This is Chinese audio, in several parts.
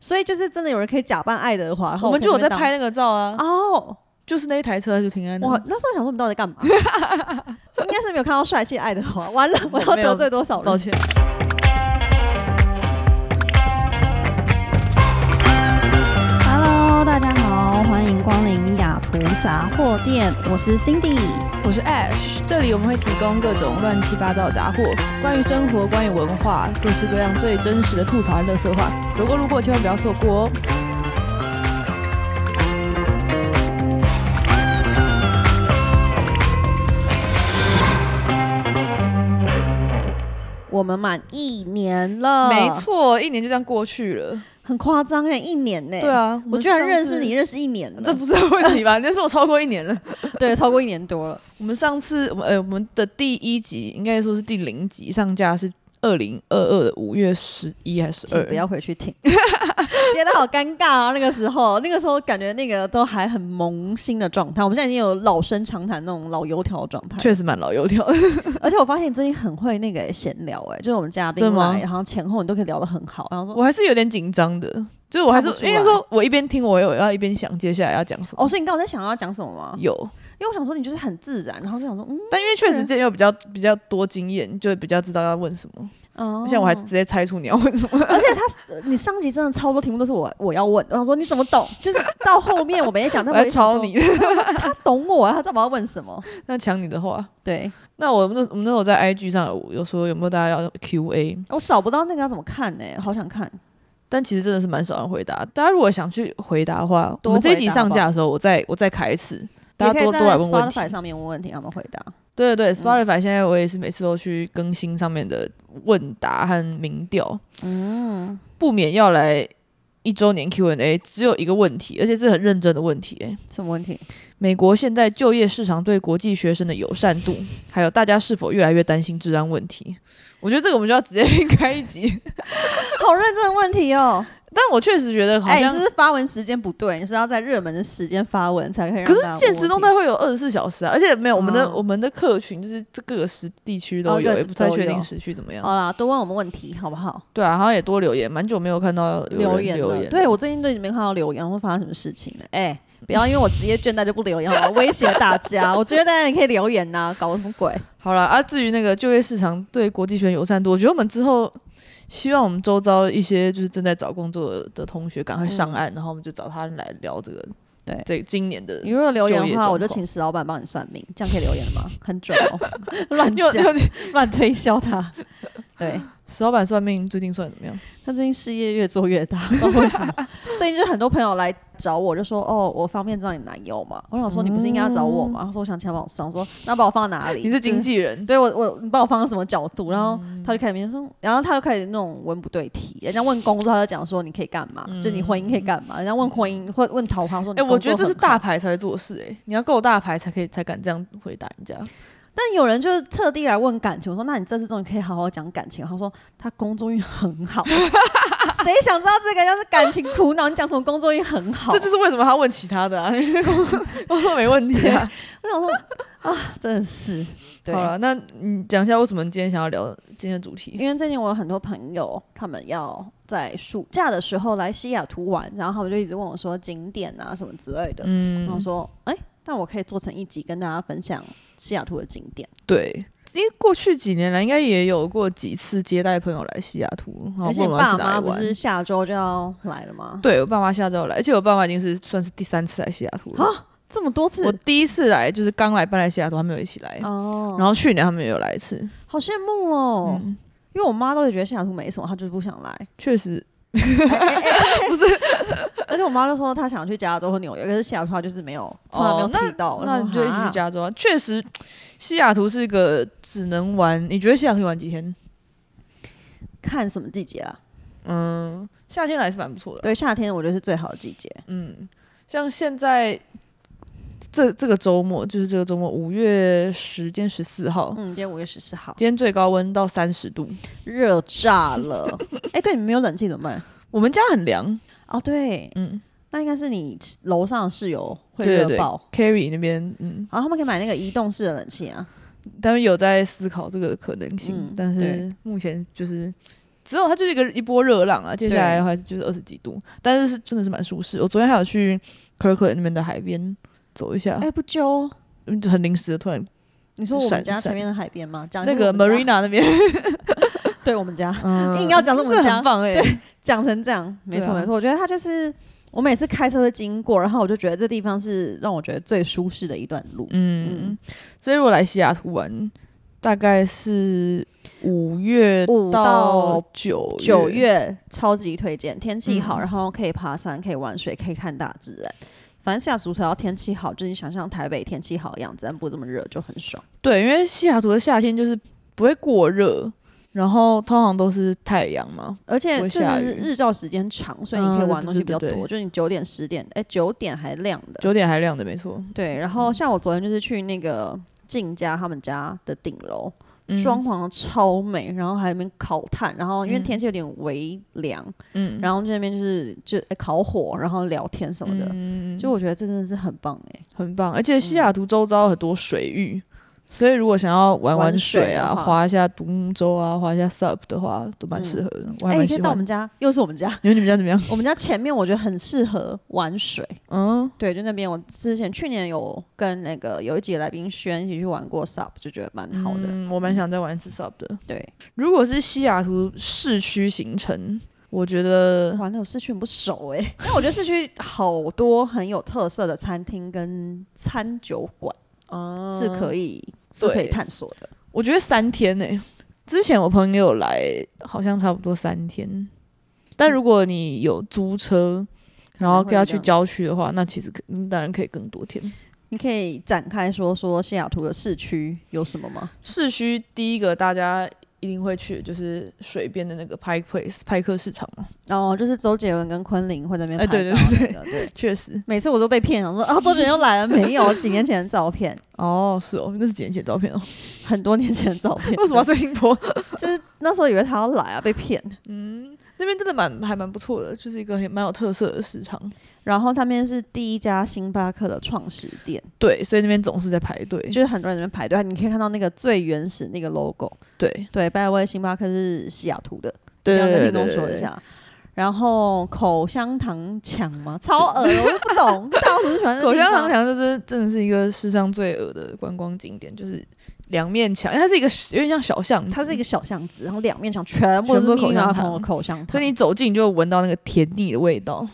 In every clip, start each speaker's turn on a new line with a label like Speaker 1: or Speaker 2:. Speaker 1: 所以就是真的有人可以假扮爱德华，然后
Speaker 2: 我们就有在拍
Speaker 1: 我
Speaker 2: 那个照啊，嗯
Speaker 1: 可以哦。
Speaker 2: 就是那一台车就停在那。
Speaker 1: 我那时候想说你们到底在干嘛？ 应该是没有看到帅气爱德华。完了，我要
Speaker 2: 没有
Speaker 1: 得罪多少
Speaker 2: 抱
Speaker 1: 人？
Speaker 2: 歉，
Speaker 1: Hello，大家好，欢迎光临雅图杂货店，我是 Cindy。
Speaker 2: 我是 Ash，这里我们会提供各种乱七八糟的杂货，关于生活，关于文化，各式各样最真实的吐槽和乐色话，走过路过千万不要错过哦。
Speaker 1: 我们满一年了，
Speaker 2: 嗯没，错，一年就这样过去了。
Speaker 1: 很夸张哎，一年呢。
Speaker 2: 对，啊，
Speaker 1: 我
Speaker 2: 们
Speaker 1: 居然
Speaker 2: 上次
Speaker 1: 认识你，认识一年了，
Speaker 2: 这不是问题 吧？那是我超过一年了。
Speaker 1: 对，超过一年多了。
Speaker 2: 我们上次，我们呃，我们的第一集应该说是第零集上架是二零二二的五月十一还是
Speaker 1: 请
Speaker 2: 二？
Speaker 1: 不要回去听， 觉得好尴尬啊！那个时候，那个时候感觉那个都还很萌新的状态，我们现在已经有老生常谈那种老油条的状态。
Speaker 2: 确实蛮老油条的。
Speaker 1: 而且我发现你最近很会那个欸闲聊，哎，就是我们嘉宾
Speaker 2: 真的吗
Speaker 1: 来，然后前后你都可以聊得很好，然后说。
Speaker 2: 我还是有点紧张的，就是我还是
Speaker 1: 嗯看不出来
Speaker 2: 应该说，我一边听我有要一边想接下来要讲什么。
Speaker 1: 哦，所以你刚刚在想要讲什么吗？
Speaker 2: 有，
Speaker 1: 因为我想说你就是很自然，然后就想说，嗯，
Speaker 2: 但因为确实这有比较比较多经验，就比较知道要问什么。
Speaker 1: 哦
Speaker 2: 像我还直接猜出你要问什么，
Speaker 1: 呃你上集真的超多题目都是我我要问，然后说你怎么懂？就是到后面我没讲，
Speaker 2: 我
Speaker 1: 但我
Speaker 2: 还
Speaker 1: 也想
Speaker 2: 抄
Speaker 1: 说
Speaker 2: 你，，
Speaker 1: 他懂我啊，他知道我要问什么。
Speaker 2: 那抢你的话。
Speaker 1: 对，
Speaker 2: 那我们那我们那时候在 IG 上有有说有没有大家要 QA，
Speaker 1: 我找不到那个要怎么看呢、好想看。
Speaker 2: 但其实真的是蛮少人回答。大家如果想去回答的话，
Speaker 1: 多
Speaker 2: 我们这一集
Speaker 1: 回答好不
Speaker 2: 上
Speaker 1: 好
Speaker 2: 架的时候，我再我再开一次，大
Speaker 1: 也可
Speaker 2: 家
Speaker 1: 以
Speaker 2: 多
Speaker 1: 在
Speaker 2: 多来问问
Speaker 1: Spotify
Speaker 2: 题。
Speaker 1: 上面问问题，他们回 答。嗯
Speaker 2: 对对对，Spotify 现在我也是每次都去更新上面的问答和民调，
Speaker 1: 嗯，
Speaker 2: 不免要来一周年 Q&A，只有一个问题，而且是很认真的问题、欸。
Speaker 1: 什么问题？
Speaker 2: 美国现在就业市场对国际学生的友善 度，还有大家是否越来越担心治安问题，我觉得这个我们就要直接 开一集。
Speaker 1: 好认真的问题哦。
Speaker 2: 但我确实觉得好
Speaker 1: 哎、你
Speaker 2: 像，
Speaker 1: 是不是发文时间不对？你是要在热门的时间发文才可以让
Speaker 2: 可
Speaker 1: 大家
Speaker 2: 是
Speaker 1: 问问题？
Speaker 2: 现实动态会有二十四小时啊，而且没有我们的、
Speaker 1: 嗯
Speaker 2: 我们的客群就是这各个时地区都
Speaker 1: 哦
Speaker 2: 有，
Speaker 1: 对
Speaker 2: 也不太
Speaker 1: 都
Speaker 2: 确定
Speaker 1: 有
Speaker 2: 时区怎么样。
Speaker 1: 好啦，多问我们问题好不好？
Speaker 2: 对啊，好像也多留言，蛮久没有看到有人
Speaker 1: 留言
Speaker 2: 留
Speaker 1: 了，
Speaker 2: 言。
Speaker 1: 对我最近对你没看到留言，我会发生什么事情呢？哎、不要因为我职业倦怠就不留言，好吧？威胁大家，我觉得大家也可以留言呐、搞什么鬼？
Speaker 2: 好了啊，至于那个就业市场对国际学生友善度，我觉得我们之后希望我们周遭一些就是正在找工作的同学赶快上岸，然后我们就找他来聊这个，
Speaker 1: 嗯对
Speaker 2: 这今年的
Speaker 1: 你如果留言
Speaker 2: 就
Speaker 1: 的
Speaker 2: 业
Speaker 1: 话，
Speaker 2: 状
Speaker 1: 我就
Speaker 2: 况
Speaker 1: 请石老板帮你算命，这样可以留言吗？很准 哦， 乱
Speaker 2: 又
Speaker 1: 讲
Speaker 2: 又
Speaker 1: 乱推销他。对
Speaker 2: 石老板算命最近算得怎么样？
Speaker 1: 他最近事业越做越 大，不知道为什么。 最近就是很多朋友来找我，就说：“哦，我方便知道你男友吗？”我想说：“你不是应该要找我吗？”他说：“我想请他帮我上。”我说：“那把我放哪里？”
Speaker 2: 嗯你是经嗯
Speaker 1: 就是
Speaker 2: 纪人，
Speaker 1: 对我我你把我放到什么角度？然后他就开始面说，然后他就开始那种文不对题，人家问工作他就讲说你可以干嘛，就你婚姻可以干嘛，人家问婚姻或问桃花说你
Speaker 2: 嗯哎、
Speaker 1: 工作
Speaker 2: 我觉得这是
Speaker 1: 很好
Speaker 2: 大，牌才会做的事、哎，你要够大牌才可以才敢这样回答人家。
Speaker 1: 但有人就是特地来问感情，我说那你这次终于可以好好讲感情，他说他工作运很 好，谁想知道这个要是感情苦恼，你讲什么工作运很好？
Speaker 2: 这就是为什么他问其他的啊， 因为工作没问题啊。
Speaker 1: 我想说啊，真的 是对
Speaker 2: 好。了，那你讲一下为什么你今天想要聊今天的主题？
Speaker 1: 因为最近我有很多朋友，他们要在暑假的时候来西雅图玩，然后他们就一直问我说景点啊什么之类的，然后
Speaker 2: 嗯，
Speaker 1: 说，哎、但我可以做成一集跟大家分享西雅图的景点，
Speaker 2: 对，因为过去几年来，应该也有过几次接待朋友来西雅图，哦然后
Speaker 1: 而且
Speaker 2: 问
Speaker 1: 你
Speaker 2: 我要
Speaker 1: 爸
Speaker 2: 去哪
Speaker 1: 妈
Speaker 2: 里
Speaker 1: 不
Speaker 2: 玩。
Speaker 1: 是下周就要来了吗？
Speaker 2: 对我爸妈下周来，而且我爸妈已经是算是第三次来西雅图了。
Speaker 1: 这么多次
Speaker 2: 我第一次来就是刚来搬来西雅图，他们有一起来，
Speaker 1: 哦，
Speaker 2: 然后去年他们也有来一次。
Speaker 1: 好羡慕哦，
Speaker 2: 嗯，
Speaker 1: 因为我妈都会觉得西雅图没什么，她就是不想 来，哎
Speaker 2: 确实，
Speaker 1: 而且我妈就说她想去加州和纽约，可是西雅图她就是没有，从来没有
Speaker 2: 哦
Speaker 1: 提到，
Speaker 2: 那你就一起去。加州啊。确实，西雅图是一个只能玩。你觉得西雅图玩几天？
Speaker 1: 看什么季节啊？
Speaker 2: 嗯，夏天来是蛮不错的。
Speaker 1: 对，啊夏天我觉得是最好的季节。
Speaker 2: 嗯，像现在这这个周末，就是这个周末五月十今天十四号，
Speaker 1: 嗯，今天五月十四号，
Speaker 2: 今天最高温到三十度，
Speaker 1: 热炸了。 哎、对，你们没有冷气怎么办？
Speaker 2: 我们家很凉。
Speaker 1: 哦，对，
Speaker 2: 嗯，
Speaker 1: 那应该是你楼上的室友会
Speaker 2: 对对
Speaker 1: 热
Speaker 2: 对
Speaker 1: 爆。
Speaker 2: ，Carry 那边，嗯，
Speaker 1: 然后他们可以买那个移动式的冷气啊。
Speaker 2: 他们有在思考这个可能性，
Speaker 1: 嗯
Speaker 2: 但是
Speaker 1: 对
Speaker 2: 目前就是只有它就是一个一波热浪啊，接下来的话就是二十几度，但是是真的是蛮舒适。我昨天还有去 Kirkland 那边的海边走一下
Speaker 1: 哎、，不揪，
Speaker 2: 嗯就很临时的，突然
Speaker 1: 你说我们
Speaker 2: 闪
Speaker 1: 家前
Speaker 2: 闪
Speaker 1: 面的海边吗？讲一
Speaker 2: 那
Speaker 1: 下我
Speaker 2: 个
Speaker 1: 们家
Speaker 2: Marina 那边，
Speaker 1: 对我们家，
Speaker 2: 嗯
Speaker 1: 硬要讲是我们
Speaker 2: 这
Speaker 1: 家
Speaker 2: 很棒哎，
Speaker 1: 讲成这样，没错
Speaker 2: 对啊
Speaker 1: 没错，我觉得它就是我每次开车会经过，然后我就觉得这地方是让我觉得最舒适的一段路。
Speaker 2: 嗯，所以如果来西雅图玩，大概是五月
Speaker 1: 五到
Speaker 2: 九
Speaker 1: 九月超级推荐，天气好，
Speaker 2: 嗯
Speaker 1: 然后可以爬山，可以玩水，可以看大自然。反正下暑只要天气好，就是你想象台北天气好的样子，但不这么热就很爽。
Speaker 2: 对，因为西雅图的夏天就是不会过热，然后通常都是太阳嘛。
Speaker 1: 而且
Speaker 2: 不会
Speaker 1: 就
Speaker 2: 下
Speaker 1: 是
Speaker 2: 雨
Speaker 1: 日照时间长，所以你可以
Speaker 2: 嗯
Speaker 1: 玩的东西比较多。
Speaker 2: 对对对对
Speaker 1: 就是你九点十点，哎、九点还亮的。
Speaker 2: 九点还亮的，没错。
Speaker 1: 对，然
Speaker 2: 嗯
Speaker 1: 后像我昨天就是去那个静家他们家的顶楼，
Speaker 2: 嗯
Speaker 1: 装、潢得超美，然后还在那边烤炭，然后因为
Speaker 2: 嗯
Speaker 1: 天气有点微凉，
Speaker 2: 嗯，嗯
Speaker 1: 然后就在那边就是就、哎烤火，然后聊天什么的，
Speaker 2: 嗯
Speaker 1: 就我觉得这真的是很棒哎、
Speaker 2: 很棒。而且西雅图周遭有很多水域，所以如果想要玩玩水嗯啊，
Speaker 1: 玩水的话
Speaker 2: 划一下独木舟啊，划一下 SUP 的话，都蛮适合的。我还
Speaker 1: 哎、
Speaker 2: 蛮
Speaker 1: 可以
Speaker 2: 喜
Speaker 1: 到我
Speaker 2: 欢
Speaker 1: 们。家，又是我们家，
Speaker 2: 因为你们家怎么样？
Speaker 1: 我们家前面我觉得很适合玩水。
Speaker 2: 嗯，
Speaker 1: 对，就那边我之前去年有跟那个有一集来宾轩一起去玩过 SUP，就觉得蛮好的。
Speaker 2: 嗯，我蛮想再玩一次 SUP 的。
Speaker 1: 对，
Speaker 2: 如果是西雅图市区行程，我觉得
Speaker 1: 哇，那我市区很不熟哎、 因为我觉得市区好多很有特色的餐厅跟餐酒馆
Speaker 2: 哦
Speaker 1: 是可以、是可以
Speaker 2: 对
Speaker 1: 探索的。
Speaker 2: 我觉得三天呢、之前我朋友来，好像差不多三天。但如果你有租车，然后
Speaker 1: 可能会
Speaker 2: 要去
Speaker 1: 这样
Speaker 2: 郊区的话，那其实可嗯当然可以更多天。
Speaker 1: 你可以展开说说西雅图的市区有什么吗？
Speaker 2: 市区第一个大家一定会去的就是水边的那个 Pike Place 派克市场嘛，
Speaker 1: 哦，就是周杰伦跟昆凌会在那边
Speaker 2: 哎
Speaker 1: 拍
Speaker 2: 对
Speaker 1: 照
Speaker 2: 对
Speaker 1: 那个对。
Speaker 2: 确实。
Speaker 1: 每次我都被骗，想说啊，周杰伦又来了，没有几年前的照片，
Speaker 2: 哦，是哦，那是几年前的照片哦。
Speaker 1: 很多年前的照片。
Speaker 2: 为什么要最近播？
Speaker 1: 就是那时候以为他要来啊，被骗。
Speaker 2: 那边真的蛮还蛮不错的，就是一个很蛮有特色的市场。
Speaker 1: 然后他们是第一家星巴克的创始店，
Speaker 2: 对，所以那边总是在排队。
Speaker 1: 就是很多人在那边排队，你可以看到那个最原始那个 logo。
Speaker 2: 对，
Speaker 1: 对，拜位星巴克是西雅图的，
Speaker 2: 对
Speaker 1: 一定要
Speaker 2: 对对
Speaker 1: 跟听
Speaker 2: 对
Speaker 1: 众
Speaker 2: 对
Speaker 1: 说
Speaker 2: 对
Speaker 1: 一下。然后口香糖墙吗？超恶，我就不懂，大家不是喜欢那个
Speaker 2: 口
Speaker 1: 地
Speaker 2: 香
Speaker 1: 方
Speaker 2: 糖墙就是真的是一个世上最恶的观光景点，就是两面墙，因为它是一个有点像小巷子，
Speaker 1: 它是一个小巷子，然后两面墙全部
Speaker 2: 全部
Speaker 1: 都
Speaker 2: 都
Speaker 1: 是密密麻
Speaker 2: 口香
Speaker 1: 麻
Speaker 2: 糖
Speaker 1: 的口香糖，
Speaker 2: 所以你走近就闻到那个甜腻的味道。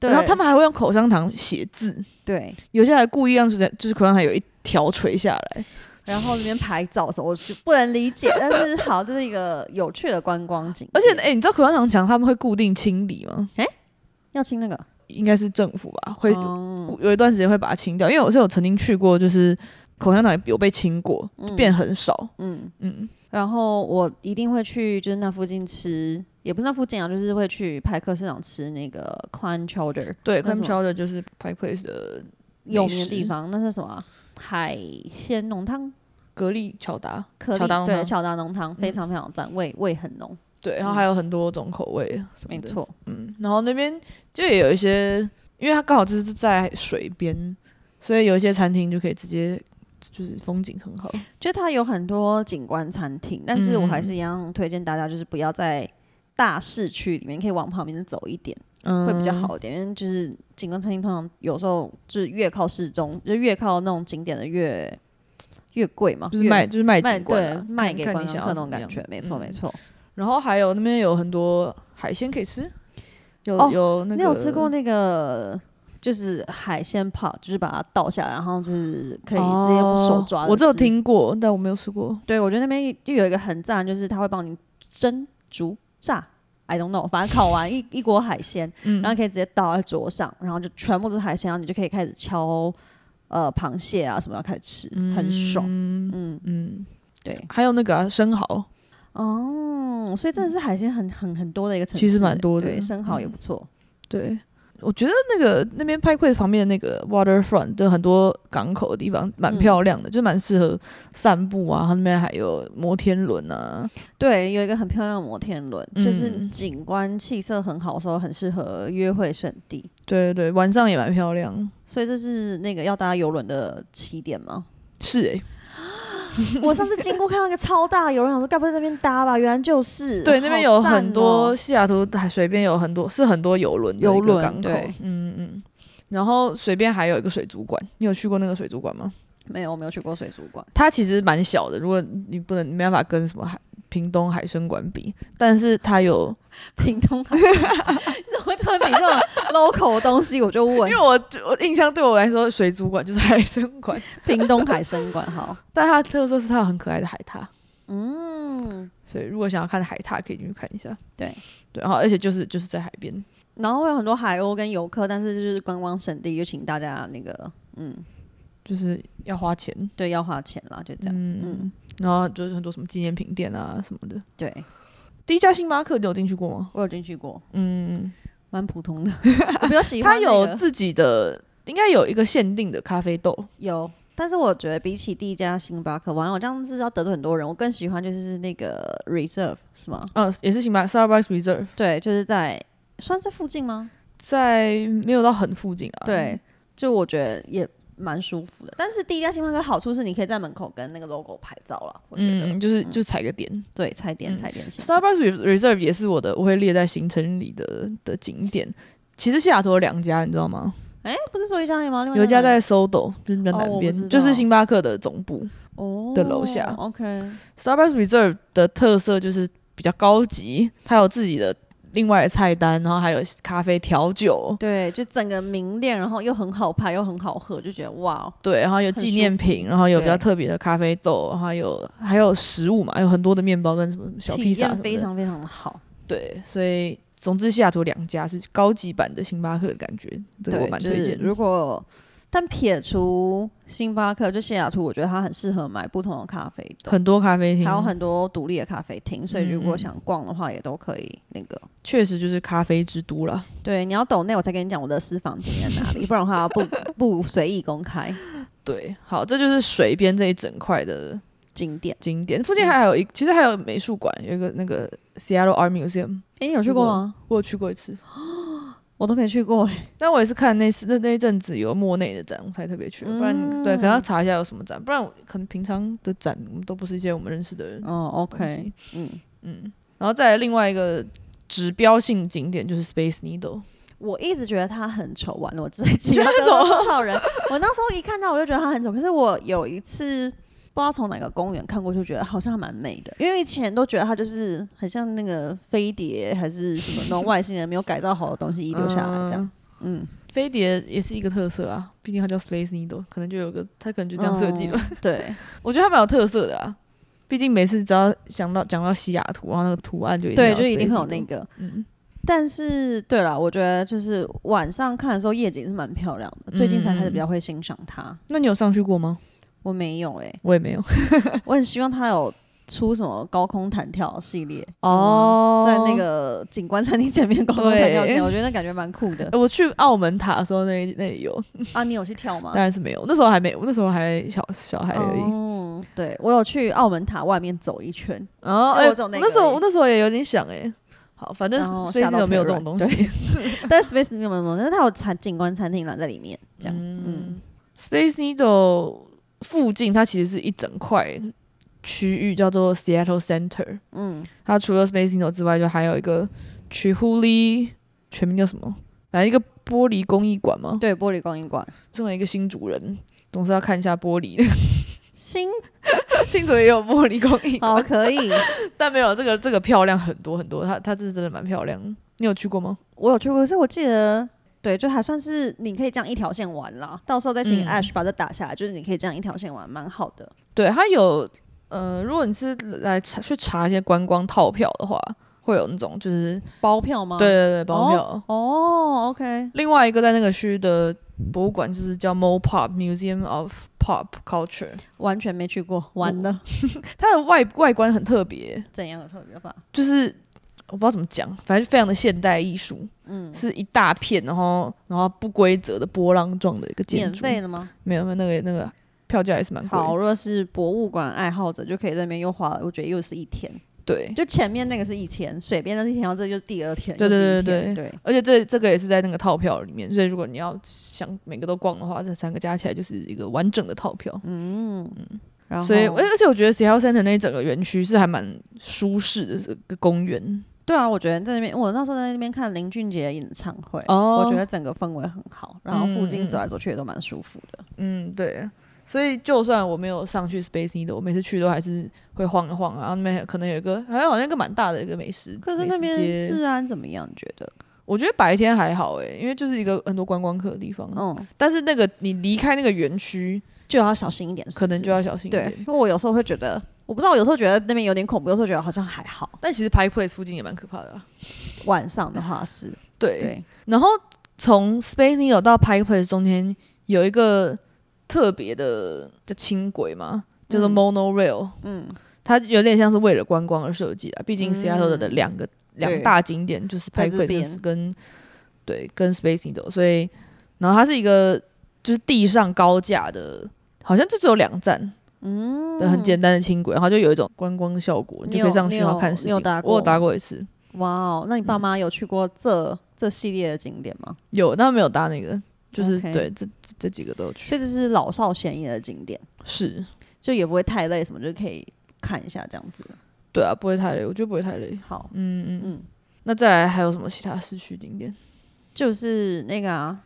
Speaker 1: 对
Speaker 2: 然后他们还会用口香糖写字，
Speaker 1: 对，
Speaker 2: 有些还故意让就是就是口香糖有一条垂下来。
Speaker 1: 然后那边拍照什么，我就不能理解，但是好，这是一个有趣的观光景点，
Speaker 2: 而且，哎、你知道口香糖墙他们会固定清理吗？
Speaker 1: 要清那个
Speaker 2: 应该是政府吧，会、
Speaker 1: 哦
Speaker 2: 有一段时间会把它清掉。因为我是有曾经去过，就是口香糖有被清过，变很少。
Speaker 1: 嗯，
Speaker 2: 嗯，
Speaker 1: 然后我一定会去，就是那附近吃，也不是那附近啊，就是会去派克市场吃那个 Klein Chowder
Speaker 2: 对
Speaker 1: 那什
Speaker 2: ，Clam
Speaker 1: 么
Speaker 2: Chowder 就是 Pike Place 的
Speaker 1: 有
Speaker 2: 美
Speaker 1: 名的地
Speaker 2: 食
Speaker 1: 方，那是什么啊、海鲜浓汤。
Speaker 2: 格力巧达。
Speaker 1: 颗
Speaker 2: 巧
Speaker 1: 粒
Speaker 2: 达浓
Speaker 1: 对
Speaker 2: 汤嗯
Speaker 1: 巧达浓汤非常非常赞，味味很浓，
Speaker 2: 对，然后还有很多种口味什
Speaker 1: 嗯没
Speaker 2: 么的。
Speaker 1: 错。
Speaker 2: 嗯，然后那边就也有一些，因为它刚好就是在水边，所以有一些餐厅就可以直接就是风景很好。
Speaker 1: 就它有很多景观餐厅，但是我
Speaker 2: 嗯
Speaker 1: 还是一样推荐大家，就是不要在大市区里面，可以往旁边走一点，
Speaker 2: 嗯
Speaker 1: 会比较。好一点。因为就是景观餐厅通常有时候就是越靠市中，就越靠那种景点的越越贵嘛，
Speaker 2: 就是
Speaker 1: 越
Speaker 2: 卖就是卖
Speaker 1: 卖
Speaker 2: 景观
Speaker 1: 对
Speaker 2: 啊，
Speaker 1: 卖
Speaker 2: 看
Speaker 1: 给
Speaker 2: 看
Speaker 1: 观
Speaker 2: 你
Speaker 1: 光
Speaker 2: 想
Speaker 1: 客
Speaker 2: 要
Speaker 1: 那
Speaker 2: 怎
Speaker 1: 种
Speaker 2: 么
Speaker 1: 感
Speaker 2: 样
Speaker 1: 觉，没错
Speaker 2: 嗯
Speaker 1: 没错。
Speaker 2: 然后还有那边有很多海鲜可以吃，有、
Speaker 1: 哦
Speaker 2: 有那个
Speaker 1: 你有吃过那个？就是海鲜泡，就是把它倒下来，然后就是可以直接用手抓、
Speaker 2: 哦我只有，听过，但我没有吃过。
Speaker 1: 对，我觉得那边又有一个很赞，就是他会帮你蒸、煮、炸，I don't know，反正烤完一一锅海鲜，
Speaker 2: 嗯，
Speaker 1: 然后可以直接倒在桌上，然后就全部都是海鲜，然后你就可以开始敲呃螃蟹啊什么要开始吃，很爽。
Speaker 2: 嗯
Speaker 1: 嗯，
Speaker 2: 嗯，
Speaker 1: 对，
Speaker 2: 还有那个、啊、生蚝，
Speaker 1: 哦，所以真的是海鲜很很很多的一个城市，
Speaker 2: 其实蛮多的嗯
Speaker 1: 对，生蚝也不错。
Speaker 2: 对，我觉得那个那边派柜旁边的那个 waterfront 就很多港口的地方，蛮
Speaker 1: 嗯
Speaker 2: 漂亮的，就蛮适合散步啊。它那边还有摩天轮啊，
Speaker 1: 对，有一个很漂亮的摩天轮，就是
Speaker 2: 嗯
Speaker 1: 景观气色很好的时候，很适合约会圣地。
Speaker 2: 对对对，晚上也蛮漂亮。欸
Speaker 1: 所以这是那个要搭游轮的起点吗？
Speaker 2: 是诶、
Speaker 1: 我上次经过看到一个超大，有人想说该不会在那边搭吧？原来就是
Speaker 2: 对，那边有很
Speaker 1: 好
Speaker 2: 多
Speaker 1: 赞哦
Speaker 2: 西雅图海水边有很多是很多游轮的一个
Speaker 1: 游轮
Speaker 2: 港口，
Speaker 1: 对
Speaker 2: 嗯嗯。然后水边还有一个水族馆，你有去过那个水族馆吗？
Speaker 1: 没有，我没有去过水族 馆。
Speaker 2: 它其实蛮小的，如果你不能你没办法跟什么海屏东海参馆比，但是它有，
Speaker 1: 屏东海鲜馆，你怎么会突然比这种 local 的东西？我就问
Speaker 2: 因为我我印象对我来说水族馆就是海参馆，
Speaker 1: 屏东海参馆好，
Speaker 2: 但它的特色是它有很可爱的海獭，
Speaker 1: 嗯，
Speaker 2: 所以如果想要看海獭可以进去看一下。
Speaker 1: 对
Speaker 2: 对，然后而且就是就是在海边，
Speaker 1: 然后会有很多海鸥跟游客，但是就是观光胜地，就请大家那个嗯，
Speaker 2: 就是要花钱，
Speaker 1: 对，要花钱啦，就这样，
Speaker 2: 嗯
Speaker 1: 嗯
Speaker 2: 嗯，然后就是很多什么纪念品店啊什么的。
Speaker 1: 对
Speaker 2: 第一家星巴克你有进去过吗？
Speaker 1: 我有进去过，
Speaker 2: 嗯，
Speaker 1: 蛮普通 的，我比较喜
Speaker 2: 它
Speaker 1: 欢、那个
Speaker 2: 有自己的，应该有一个限定的咖啡豆。
Speaker 1: 有。但是我觉得比起第一家星巴克，完了我这样是要得罪很多人。我更喜欢就是那个 Reserve 是吗？
Speaker 2: 嗯，也是星巴克 Starbucks Reserve，
Speaker 1: 对，就是在算在附近吗？
Speaker 2: 在没有到很附近啊。
Speaker 1: 对，就我觉得也蛮舒服的。但是第一家星巴克好处是你可以在门口跟那个 logo 拍照了，我觉得、
Speaker 2: 嗯，就是就踩个点。
Speaker 1: 对，踩点
Speaker 2: 嗯
Speaker 1: 踩点先。
Speaker 2: Starbucks Re- Reserve 也是我的，我会列在行程里的的景点。其实西雅图有两家，你知道吗？
Speaker 1: 哎、不是说一家而已吗？另外
Speaker 2: 有一家
Speaker 1: 哪里
Speaker 2: 在 SoDo，就是比较
Speaker 1: 哦
Speaker 2: 南
Speaker 1: 我不
Speaker 2: 边，
Speaker 1: 知道
Speaker 2: 就是星巴克的总部。
Speaker 1: 哦
Speaker 2: 的楼下
Speaker 1: OK，
Speaker 2: Starbucks Reserve 的特色就是比较高级，它有自己的另外的菜单，然后还有咖啡调酒，
Speaker 1: 对，就整个明亮，然后又很好拍，又很好喝，就觉得哇，哦
Speaker 2: 对，然后有
Speaker 1: 很
Speaker 2: 纪
Speaker 1: 舒
Speaker 2: 念
Speaker 1: 服
Speaker 2: 品，然后有比较
Speaker 1: 对
Speaker 2: 特别的咖啡豆，然后还有还有食物嘛，有很多的面包跟什么小披
Speaker 1: 体
Speaker 2: 萨什
Speaker 1: 验
Speaker 2: 么
Speaker 1: 非
Speaker 2: 的，
Speaker 1: 常非常的好。
Speaker 2: 对，所以总之西雅图两家是高级版的星巴克的感觉，这个
Speaker 1: 对
Speaker 2: 我蛮推
Speaker 1: 就是
Speaker 2: 荐的。
Speaker 1: 如果但撇除星巴克，就西雅图，我觉得它很适合买不同的咖啡豆，
Speaker 2: 很多咖啡厅
Speaker 1: 还，有很多独立的咖啡厅，所以如果
Speaker 2: 嗯嗯
Speaker 1: 想逛的话，也都可以那个
Speaker 2: 确实就是咖啡之都了。
Speaker 1: 对，你要抖内我才跟你讲我的私房景在哪里，不然的话 不不随意公开
Speaker 2: 对，好，这就是水边这一整块的
Speaker 1: 景点。
Speaker 2: 景点。附近还有一，其实还有美术馆，有一个那个 Seattle Art Museum，
Speaker 1: 哎、你有去过吗？
Speaker 2: 我有去过一次，
Speaker 1: 我都没去过、诶
Speaker 2: 但我也是看那次那那一阵子有莫内的展，我才特别去的，不然、对可能要查一下有什么展，不然我可能平常的展我们都不是一些我们认识的人。
Speaker 1: 哦
Speaker 2: 东
Speaker 1: ，OK，
Speaker 2: 西
Speaker 1: 嗯，
Speaker 2: 嗯，然后再来另外一个指标性景点就是 Space Needle，
Speaker 1: 我一直觉得他很丑，完了我自己
Speaker 2: 觉
Speaker 1: 要
Speaker 2: 得
Speaker 1: 得
Speaker 2: 丑
Speaker 1: 罪多少人？我那时候一看到我就觉得他很丑，可是我有一次。不知道从哪个公园看过，就觉得好像还蛮美的，因为以前都觉得它就是很像那个飞碟还是什么那种外星人没有改造好的东西遗留下来这样。 嗯，
Speaker 2: 飞碟也是一个特色啊，毕竟它叫 Space Needle，可能就有个它可能就这样设计吧。
Speaker 1: 嗯 对，
Speaker 2: 我觉得它蛮有特色的啊，毕竟每次只要想到讲到西雅图，然后那个图案就一定
Speaker 1: 对，
Speaker 2: 要
Speaker 1: 就一定
Speaker 2: Space
Speaker 1: 会有那
Speaker 2: Needle
Speaker 1: 个。
Speaker 2: 嗯，
Speaker 1: 但是，对了，我觉得就是晚上看的时候，夜景是蛮漂亮的。最近才开始比
Speaker 2: 嗯
Speaker 1: 较会欣赏它，
Speaker 2: 那你有上去过吗？
Speaker 1: 我没有哎、
Speaker 2: 我也没 有
Speaker 1: 我很希望它有出什么高空弹跳系列，
Speaker 2: 哦
Speaker 1: 在那个景观餐厅前面高空弹跳系列，
Speaker 2: 对
Speaker 1: 我觉得那感觉蛮酷 的
Speaker 2: 呃我去澳门塔的时候那，那里有，
Speaker 1: 啊！你有去跳吗
Speaker 2: 当？然是没有。那时候还没，我那时候还小小孩而已。
Speaker 1: 哦，对我有去澳门塔外面走一圈，
Speaker 2: 然后
Speaker 1: 就
Speaker 2: 哎、
Speaker 1: 我只有那个
Speaker 2: 那时
Speaker 1: 而已
Speaker 2: 候我那时候也有点想哎、好，反正
Speaker 1: 然后
Speaker 2: 飞
Speaker 1: 吓
Speaker 2: 机
Speaker 1: 到
Speaker 2: 有没有
Speaker 1: 腿
Speaker 2: 这
Speaker 1: 软
Speaker 2: 种东西？
Speaker 1: 但 Space 你有没有弄？但是它有餐景观餐厅栏在里面，这样，嗯
Speaker 2: 嗯，Space Needle 附近它其实是一整块区域叫做 Seattle Center。
Speaker 1: 嗯，
Speaker 2: 它除了 Space Needle 之外，就还有一个 Chihuly，全名叫什么？反正一个玻璃工艺馆嘛。
Speaker 1: 对，玻璃供应馆，
Speaker 2: 身为一个新主人，总是要看一下玻璃。
Speaker 1: 新
Speaker 2: 新主人也有玻璃工艺馆
Speaker 1: 好。可以。
Speaker 2: 但没有这个这个漂亮很多很多，它它这是真的蛮漂亮。你有去过吗？
Speaker 1: 我有去过，可是我记得，对，就还算是你可以这样一条线玩啦。到时候再请
Speaker 2: 嗯
Speaker 1: Ash 把这打下来，就是你可以这样一条线玩，蛮好的。
Speaker 2: 对，它有呃，如果你是来查去查一些观光套票的话，会有那种就是、
Speaker 1: 包票吗？
Speaker 2: 对，对对包票。
Speaker 1: 哦，OK，
Speaker 2: 另外一个在那个区的博物馆就是叫 Mopop Museum of Pop Culture，
Speaker 1: 完全没去过，完了，
Speaker 2: 它的外外观很特别，
Speaker 1: 怎样有特别法？
Speaker 2: 就是。我不知道怎么讲，反正就非常的现代艺术，嗯，是一大片，然后然后不规则的波浪状的一个建
Speaker 1: 免
Speaker 2: 筑，
Speaker 1: 费的吗？
Speaker 2: 没有没有那个那个票价也是蛮贵的，
Speaker 1: 好，若是博物馆爱好者，就可以在那边又花了，我觉得又是一天。
Speaker 2: 对，
Speaker 1: 就前面那个是一天，水边那是一天，然后这就是第二天，
Speaker 2: 对
Speaker 1: 又是一
Speaker 2: 对
Speaker 1: 天
Speaker 2: 对
Speaker 1: 对，
Speaker 2: 而且这这个也是在那个套票里面，所以如果你要想每个都逛的话，这三个加起来就是一个完整的套票。嗯
Speaker 1: 然后
Speaker 2: 所以而而且我觉得 Seattle Center 那一整个园区是还蛮舒适的这个公园
Speaker 1: 对啊，我觉得在那边，我那时候在那边看林俊杰的演唱会，
Speaker 2: 哦
Speaker 1: 我觉得整个氛围很好，然后附近走来走去也都蛮舒服的。
Speaker 2: 嗯，对。所以就算我没有上去 Space Needle，我每次去都还是会晃一晃啊。然后那边可能有一个，好像好像一个蛮大的一个美食，
Speaker 1: 可是那
Speaker 2: 美食
Speaker 1: 边
Speaker 2: 街
Speaker 1: 治安怎么样？你觉得？
Speaker 2: 我觉得白天还好诶、因为就是一个很多观光客的地方。
Speaker 1: 嗯，
Speaker 2: 但是那个你离开那个园区，
Speaker 1: 就要小心一点是
Speaker 2: 可
Speaker 1: 不是
Speaker 2: 能就要小心一
Speaker 1: 对
Speaker 2: 点，。
Speaker 1: 因为我有时候会觉得，我不知道，我有时候觉得那边有点恐怖，有时候觉得好像还好。
Speaker 2: 但其实 Pike Place 附近也蛮可怕的、啊。
Speaker 1: 晚上的话是，
Speaker 2: 对，
Speaker 1: 对，
Speaker 2: 然后从 Space Needle 到 Pike Place 中间有一个特别的叫轻轨嘛，叫做 Monorail。嗯，它有点像是为了观光而设计的，毕竟 Seattle 的两个、两大景点就是
Speaker 1: 嗯在
Speaker 2: Pike
Speaker 1: 这边
Speaker 2: Place 跟对跟 Space Needle，所以然后它是一个就是地上高架的，好像就只有两站。嗯，很简单的轻轨，然后就有一种观光效果，你
Speaker 1: 你
Speaker 2: 就可以
Speaker 1: 有
Speaker 2: 上去
Speaker 1: 你
Speaker 2: 然后
Speaker 1: 有
Speaker 2: 看事
Speaker 1: 你
Speaker 2: 情。
Speaker 1: 有搭
Speaker 2: 我有
Speaker 1: 过
Speaker 2: 搭过一次，
Speaker 1: 哇哦，那你爸妈有去过这、
Speaker 2: 嗯
Speaker 1: 这系列的景点吗？
Speaker 2: 有，但没有搭那个，就是
Speaker 1: OK
Speaker 2: 对这这这几个都有去。
Speaker 1: 所以这是老少咸宜的景点，
Speaker 2: 是，
Speaker 1: 就也不会太累，什么就可以看一下这样子。
Speaker 2: 对啊，不会太累，我觉得不会太累。
Speaker 1: 好，
Speaker 2: 嗯嗯
Speaker 1: 嗯
Speaker 2: 嗯。那再来还有什么其他市区景点？
Speaker 1: 就是那个啊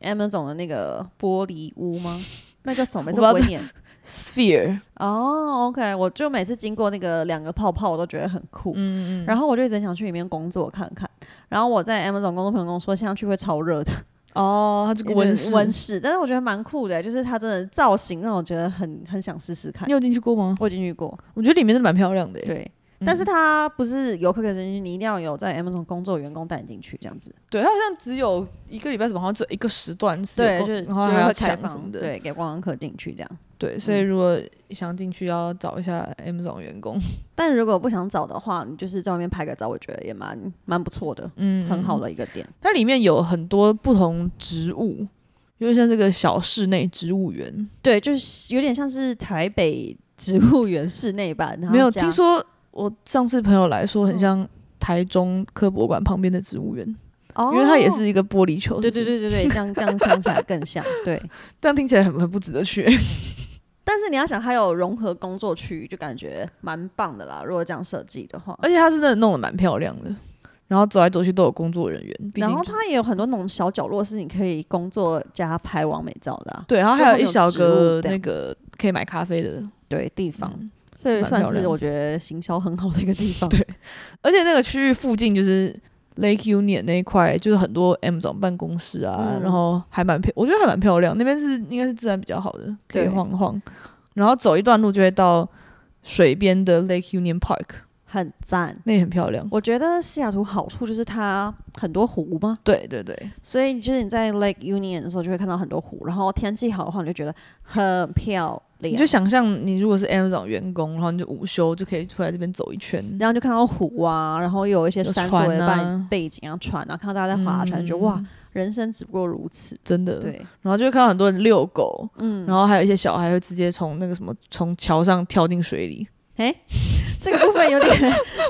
Speaker 1: ，Amazon 的那个玻璃屋 吗？那叫什么？每次
Speaker 2: 我
Speaker 1: 不
Speaker 2: 不
Speaker 1: 会
Speaker 2: 知道
Speaker 1: 念。
Speaker 2: Sphere，
Speaker 1: 哦，OK，我就每次经过那个两个泡泡，我都觉得很酷。
Speaker 2: 嗯嗯，
Speaker 1: 然后我就一直很想去里面工作看看。然后我在 Amazon 工作朋友跟我说，现在去会超热的，
Speaker 2: 哦，它这个温 室
Speaker 1: 温，室。但是我觉得蛮酷的，就是它真的造型让我觉得很很想试试看
Speaker 2: 你。有进去过吗？
Speaker 1: 我已经去过，
Speaker 2: 我觉得里面真的蛮漂亮的耶。
Speaker 1: 对，
Speaker 2: 嗯，
Speaker 1: 但是它不是游客可以进去，你一定要有在 Amazon 工作的员工带你进去这样子。
Speaker 2: 对它好像只有一个礼拜，什么好像只有一个时段是有
Speaker 1: 对，
Speaker 2: 空，
Speaker 1: 就是
Speaker 2: 然后
Speaker 1: 就是
Speaker 2: 还要
Speaker 1: 会开
Speaker 2: 抢什
Speaker 1: 放，
Speaker 2: 么的。
Speaker 1: 对，给观光客进去这样。
Speaker 2: 对，所以如果想进去，要找一下 M 总员工。
Speaker 1: 但如果不想找的话，你就是在外面拍个照，我觉得也蛮蛮不错的，
Speaker 2: 嗯，
Speaker 1: 很好
Speaker 2: 的。
Speaker 1: 的一个点。
Speaker 2: 它里面有很多不同植物，因为像这个小室内植物园。
Speaker 1: 对，就是有点像是台北植物园室内版，然后嗯
Speaker 2: 没有
Speaker 1: 加
Speaker 2: 听说，我上次朋友来说很像台中科博馆旁边的植物园，
Speaker 1: 哦，
Speaker 2: 因为它也是一个玻璃球。
Speaker 1: 对对
Speaker 2: 是不是，
Speaker 1: 对对对，这样这样想起来更像 对。
Speaker 2: 这样听起来很很不值得去。
Speaker 1: 但是你要想，它有融合工作区，就感觉蛮棒的啦。如果这样设计的话，
Speaker 2: 而且它是真的弄得蛮漂亮的，然后走来走去都有工作人员。毕竟
Speaker 1: 然后
Speaker 2: 就是
Speaker 1: 它也有很多那种小角落是你可以工作加拍完美照的啊、
Speaker 2: 对，然后还有一小
Speaker 1: 就很有
Speaker 2: 个
Speaker 1: 植物这样
Speaker 2: 那个可以买咖啡的
Speaker 1: 对地方，
Speaker 2: 嗯
Speaker 1: 所以
Speaker 2: 是蛮
Speaker 1: 算
Speaker 2: 漂
Speaker 1: 是
Speaker 2: 亮的
Speaker 1: 我觉得行销很好的一个地方。
Speaker 2: 对而且那个区域附近就是。Lake Union 那一块就是很多 M 总办公室啊，
Speaker 1: 嗯
Speaker 2: 然后还蛮漂，我觉得还蛮漂亮。那边是应该是治安比较好的，可以
Speaker 1: 对
Speaker 2: 晃一晃。然后走一段路就会到水边的 Lake Union Park，
Speaker 1: 很赞。
Speaker 2: 那也很漂亮。
Speaker 1: 我觉得西雅图好处就是它很多湖嘛，
Speaker 2: 对对对，
Speaker 1: 所以就是你在 Lake Union 的时候就会看到很多湖，然后天气好的话，你就觉得很漂亮，
Speaker 2: 你就想象你如果是 Amazon 员工，然后你就午休就可以出来这边走一圈。
Speaker 1: 然后就看到湖啊，然后又有一些山作
Speaker 2: 船
Speaker 1: 为
Speaker 2: 啊嗯
Speaker 1: 背背景啊，船啊，看到大家在划船，觉得哇，人生只不过如此。
Speaker 2: 真的，
Speaker 1: 对，
Speaker 2: 然后就会看到很多人遛狗，嗯，然后还有一些小孩会直接从那个什么从桥上跳进水里。
Speaker 1: 哎，这个部分 有点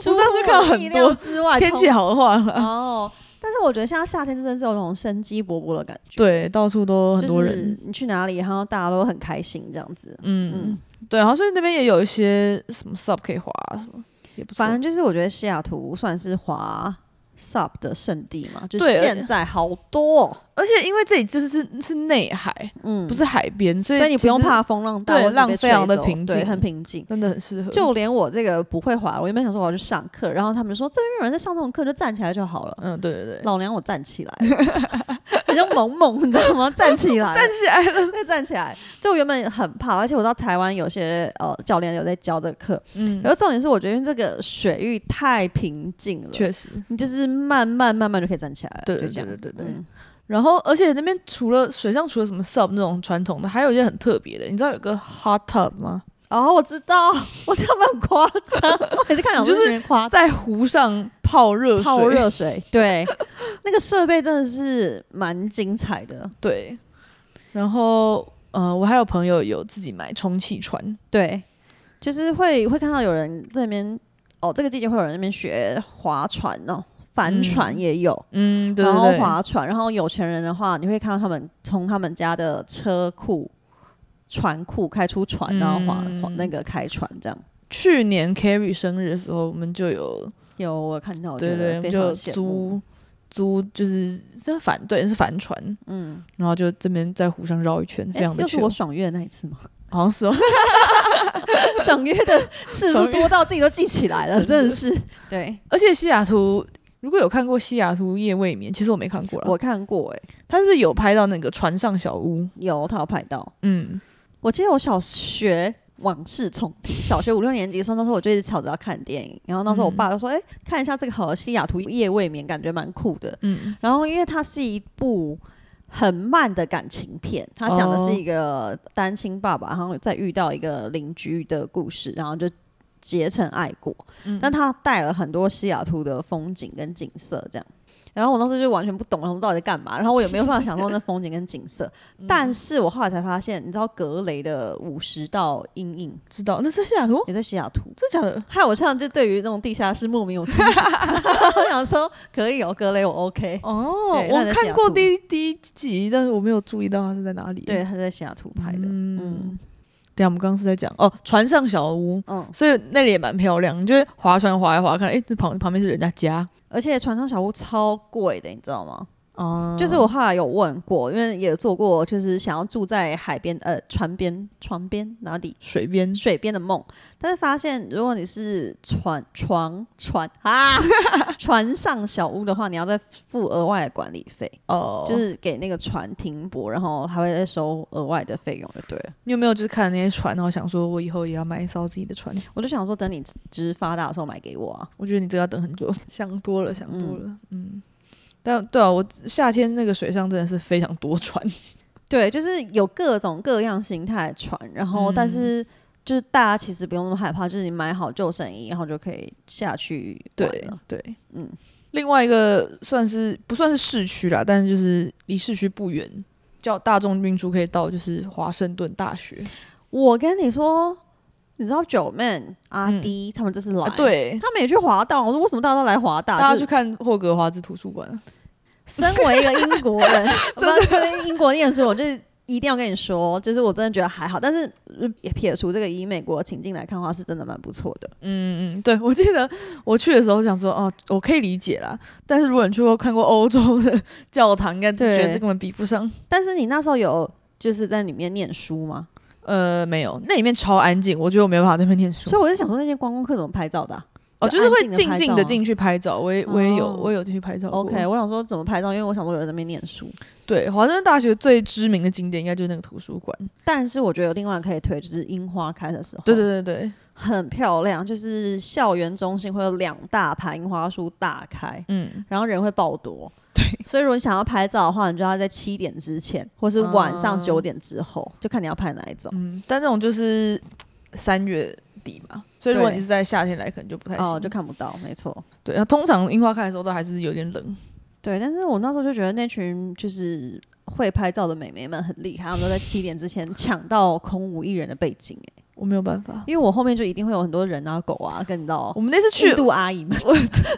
Speaker 1: 出乎
Speaker 2: 上次看到
Speaker 1: 我
Speaker 2: 很
Speaker 1: 意
Speaker 2: 多
Speaker 1: 料之外，
Speaker 2: 天气
Speaker 1: 啊从
Speaker 2: 好的话啦，
Speaker 1: 哦，但是我觉得现在夏天真的是有那种生机勃勃的感觉，
Speaker 2: 对，到处都很多人，
Speaker 1: 就是你去哪里，然后大家都很开心这样子。
Speaker 2: 嗯对，然后所以那边也有一些什么 sub 可以滑、啊，什么也不错
Speaker 1: 反正就是我觉得西雅图算是滑 sub 的圣地嘛，就是
Speaker 2: 对呃
Speaker 1: 现在好多哦、
Speaker 2: 而且因为这里就是是是内海，
Speaker 1: 嗯，
Speaker 2: 不是海边，所以
Speaker 1: 所以你
Speaker 2: 其
Speaker 1: 不用
Speaker 2: 实
Speaker 1: 怕风浪大，
Speaker 2: 对
Speaker 1: 或是被
Speaker 2: 浪非
Speaker 1: 吹
Speaker 2: 常地
Speaker 1: 走
Speaker 2: 平
Speaker 1: 对
Speaker 2: 静
Speaker 1: 很平静。
Speaker 2: 真的很适合。
Speaker 1: 就连我这个不会滑，我原本想说我要去上课，然后他们说这边有人在上这种课，就站起来就好了。
Speaker 2: 嗯，对对对，
Speaker 1: 老娘我站起来了，好像萌萌，你知道吗？站起 来，
Speaker 2: 站起来了，
Speaker 1: 再站起来。就我原本很怕，而且我到台湾有些呃教练有在教这个课，
Speaker 2: 嗯
Speaker 1: 然，后重点是我觉得这个水域太平静了，
Speaker 2: 确实。
Speaker 1: 你就是慢慢慢慢就可以站起来了，
Speaker 2: 对对
Speaker 1: 就这样
Speaker 2: 对对对对
Speaker 1: 嗯
Speaker 2: 然后，而且那边除了水上除了什么 sub 那种传统的，还有一些很特别的。你知道有个 hot tub 吗？
Speaker 1: 哦，我知道，我觉得蛮夸张，我每次看两
Speaker 2: 就是
Speaker 1: 是夸张。
Speaker 2: 在湖上泡热水，
Speaker 1: 泡热水，对，那个设备真的是蛮精彩的，
Speaker 2: 对。然后，呃，我还有朋友有自己买充气船，
Speaker 1: 对，就是会会看到有人在那边，哦，这个季节会有人在那边学划船哦，帆船也有，
Speaker 2: 嗯，对
Speaker 1: 然
Speaker 2: 对
Speaker 1: 后
Speaker 2: 对，
Speaker 1: 划船，然后有钱人的话，你会看到他们从他们家的车库船库开出船，然后划划
Speaker 2: 嗯
Speaker 1: 那个开船这样。
Speaker 2: 去年 Carrie 生日的时候，我们就有
Speaker 1: 有我看到，我觉得
Speaker 2: 对对，
Speaker 1: 哦非
Speaker 2: 就
Speaker 1: 常羡慕。
Speaker 2: 租租就是这反对是帆船，
Speaker 1: 嗯，
Speaker 2: 然后就这边在湖上绕一圈，非
Speaker 1: 哎
Speaker 2: 常，的
Speaker 1: 又是
Speaker 2: 久
Speaker 1: 我，爽约的那一次吗？
Speaker 2: 好像是哦，
Speaker 1: 爽约的次数
Speaker 2: 爽约
Speaker 1: 多到自己都记起来了，
Speaker 2: 真
Speaker 1: 真
Speaker 2: 的
Speaker 1: 的是。对，
Speaker 2: 而且西雅图。如果有看过《西雅图夜未眠》，其实我没看过啦。
Speaker 1: 我看过，哎，
Speaker 2: 他是不是有拍到那个船上小屋？
Speaker 1: 有他有拍到。
Speaker 2: 嗯，
Speaker 1: 我记得我小学往事重提，小学五六年级的时候，那时候我就一直吵着要看电影，然后那时候我爸就说：“哎、看一下这个好了，《西雅图夜未眠》，感觉蛮酷的。”
Speaker 2: 嗯，
Speaker 1: 然后因为它是一部很慢的感情片，它讲的是一个单亲爸爸，然后再遇到一个邻居的故事，然后就。结成爱国，但他带了很多西雅图的风景跟景色，这样。然后我当时就完全不懂，然后到底在干嘛，然后我也没有办法享受那风景跟景色。但是我后来才发现，你知道格雷的五十道阴影
Speaker 2: 知道那是西雅图，
Speaker 1: 也在西雅图，
Speaker 2: 真假的？
Speaker 1: 害我像就对于那种地下室莫名有憧憬。 我想说可以哦，格雷我 OK。
Speaker 2: 哦
Speaker 1: 对那
Speaker 2: 我
Speaker 1: 在西
Speaker 2: 看
Speaker 1: 雅
Speaker 2: 过
Speaker 1: 图
Speaker 2: 第一第一集，但是我没有注意到它是在哪里。
Speaker 1: 对，，他在西雅图拍的。
Speaker 2: 嗯，
Speaker 1: 嗯
Speaker 2: 对啊，我们刚刚是在讲哦，船上小屋，
Speaker 1: 嗯，
Speaker 2: 所以那里也蛮漂亮，你就会划船划一划，看，哎、这旁旁边是人家家，
Speaker 1: 而且船上小屋超贵的，你知道吗？
Speaker 2: 哦
Speaker 1: 就是我后来有问过，因为也做过，就是想要住在海边、呃，船边、船边哪里、
Speaker 2: 水边，
Speaker 1: 水边的梦，但是发现如果你是船床船啊 船上小屋的话，你要再付额外的管理费，
Speaker 2: 哦，就
Speaker 1: 就是是给那个船停泊，然后还会再收额外的费用，就对了。
Speaker 2: 你有没有就是看那些船，然后想说我以后也要买一艘自己的船？
Speaker 1: 我就想说，等你就是发达的时候买给我啊。
Speaker 2: 我觉得你这个要等很 久，想多了，想多了，嗯。但对啊，我夏天那个水上真的是非常多 船，
Speaker 1: 对，就是有各种各样形态的船，然后
Speaker 2: 嗯
Speaker 1: 但是就是大家其实不用那么害怕，就是你买好救生衣，然后就可以下去
Speaker 2: 对
Speaker 1: 玩了。
Speaker 2: 对，
Speaker 1: 嗯。
Speaker 2: 另外一个算是不算是市区啦，但是就是离市区不远，叫大众运输可以到，就是华盛顿大学
Speaker 1: 我跟你说，你知道九妹、阿迪、他们这次来，
Speaker 2: 啊，，对，
Speaker 1: 他们也去滑道。我说为什么大家都来滑道？
Speaker 2: 大家
Speaker 1: 就嗯
Speaker 2: 去
Speaker 1: 是
Speaker 2: 看霍格华兹图书馆啊，
Speaker 1: 身为一个英国人， 我不是在英国念书，我就是。一定要跟你说，就是我真的觉得还好，但是呃也撇除这个以美国情境来看的话，是真的蛮不错的。
Speaker 2: 嗯嗯，对，我记得我去的时候想说，哦，我可以理解啦。但是如果你去过看过欧洲的教堂，应该就觉得
Speaker 1: 对
Speaker 2: 这根本比不上。
Speaker 1: 但是你那时候有就是在里面念书吗？
Speaker 2: 呃，没有，那里面超安静，我觉得我没办法在那边念书
Speaker 1: 所。以我就想说，那些观光客怎么拍照的啊、
Speaker 2: 哦，就是会静
Speaker 1: 安
Speaker 2: 静
Speaker 1: 静
Speaker 2: 的
Speaker 1: 地
Speaker 2: 进去拍照，我也我也有、
Speaker 1: 哦
Speaker 2: 我也有进去拍照过。
Speaker 1: OK，我想说怎么拍照，因为我想说有人在那边念书。
Speaker 2: 对，华盛顿大学最知名的景点应该就是那个图书馆。
Speaker 1: 但是我觉得有另外可以推，就是樱花开的时候，
Speaker 2: 对，对对对，
Speaker 1: 很漂亮。就是校园中心会有两大排樱花树大开，
Speaker 2: 嗯，
Speaker 1: 然后人会爆多。对，所以如果你想要拍照的话，你就要在七点之前，或是晚上
Speaker 2: 哦
Speaker 1: 九点之后，就看你要拍哪一种。
Speaker 2: 嗯，但那种就是三月底嘛，所以如果你是在夏天来，可能就不太行。
Speaker 1: 哦，就看不到，没错。
Speaker 2: 对，然后通常樱花开的时候都还是有点冷。
Speaker 1: 对，但是我那时候就觉得那群就是会拍照的美眉们很厉害，她们都在七点之前抢到空无一人的背景、欸
Speaker 2: 我没有办法，
Speaker 1: 因为我后面就一定会有很多人啊、狗啊，跟你知道
Speaker 2: 我们那次去
Speaker 1: 印度阿姨们，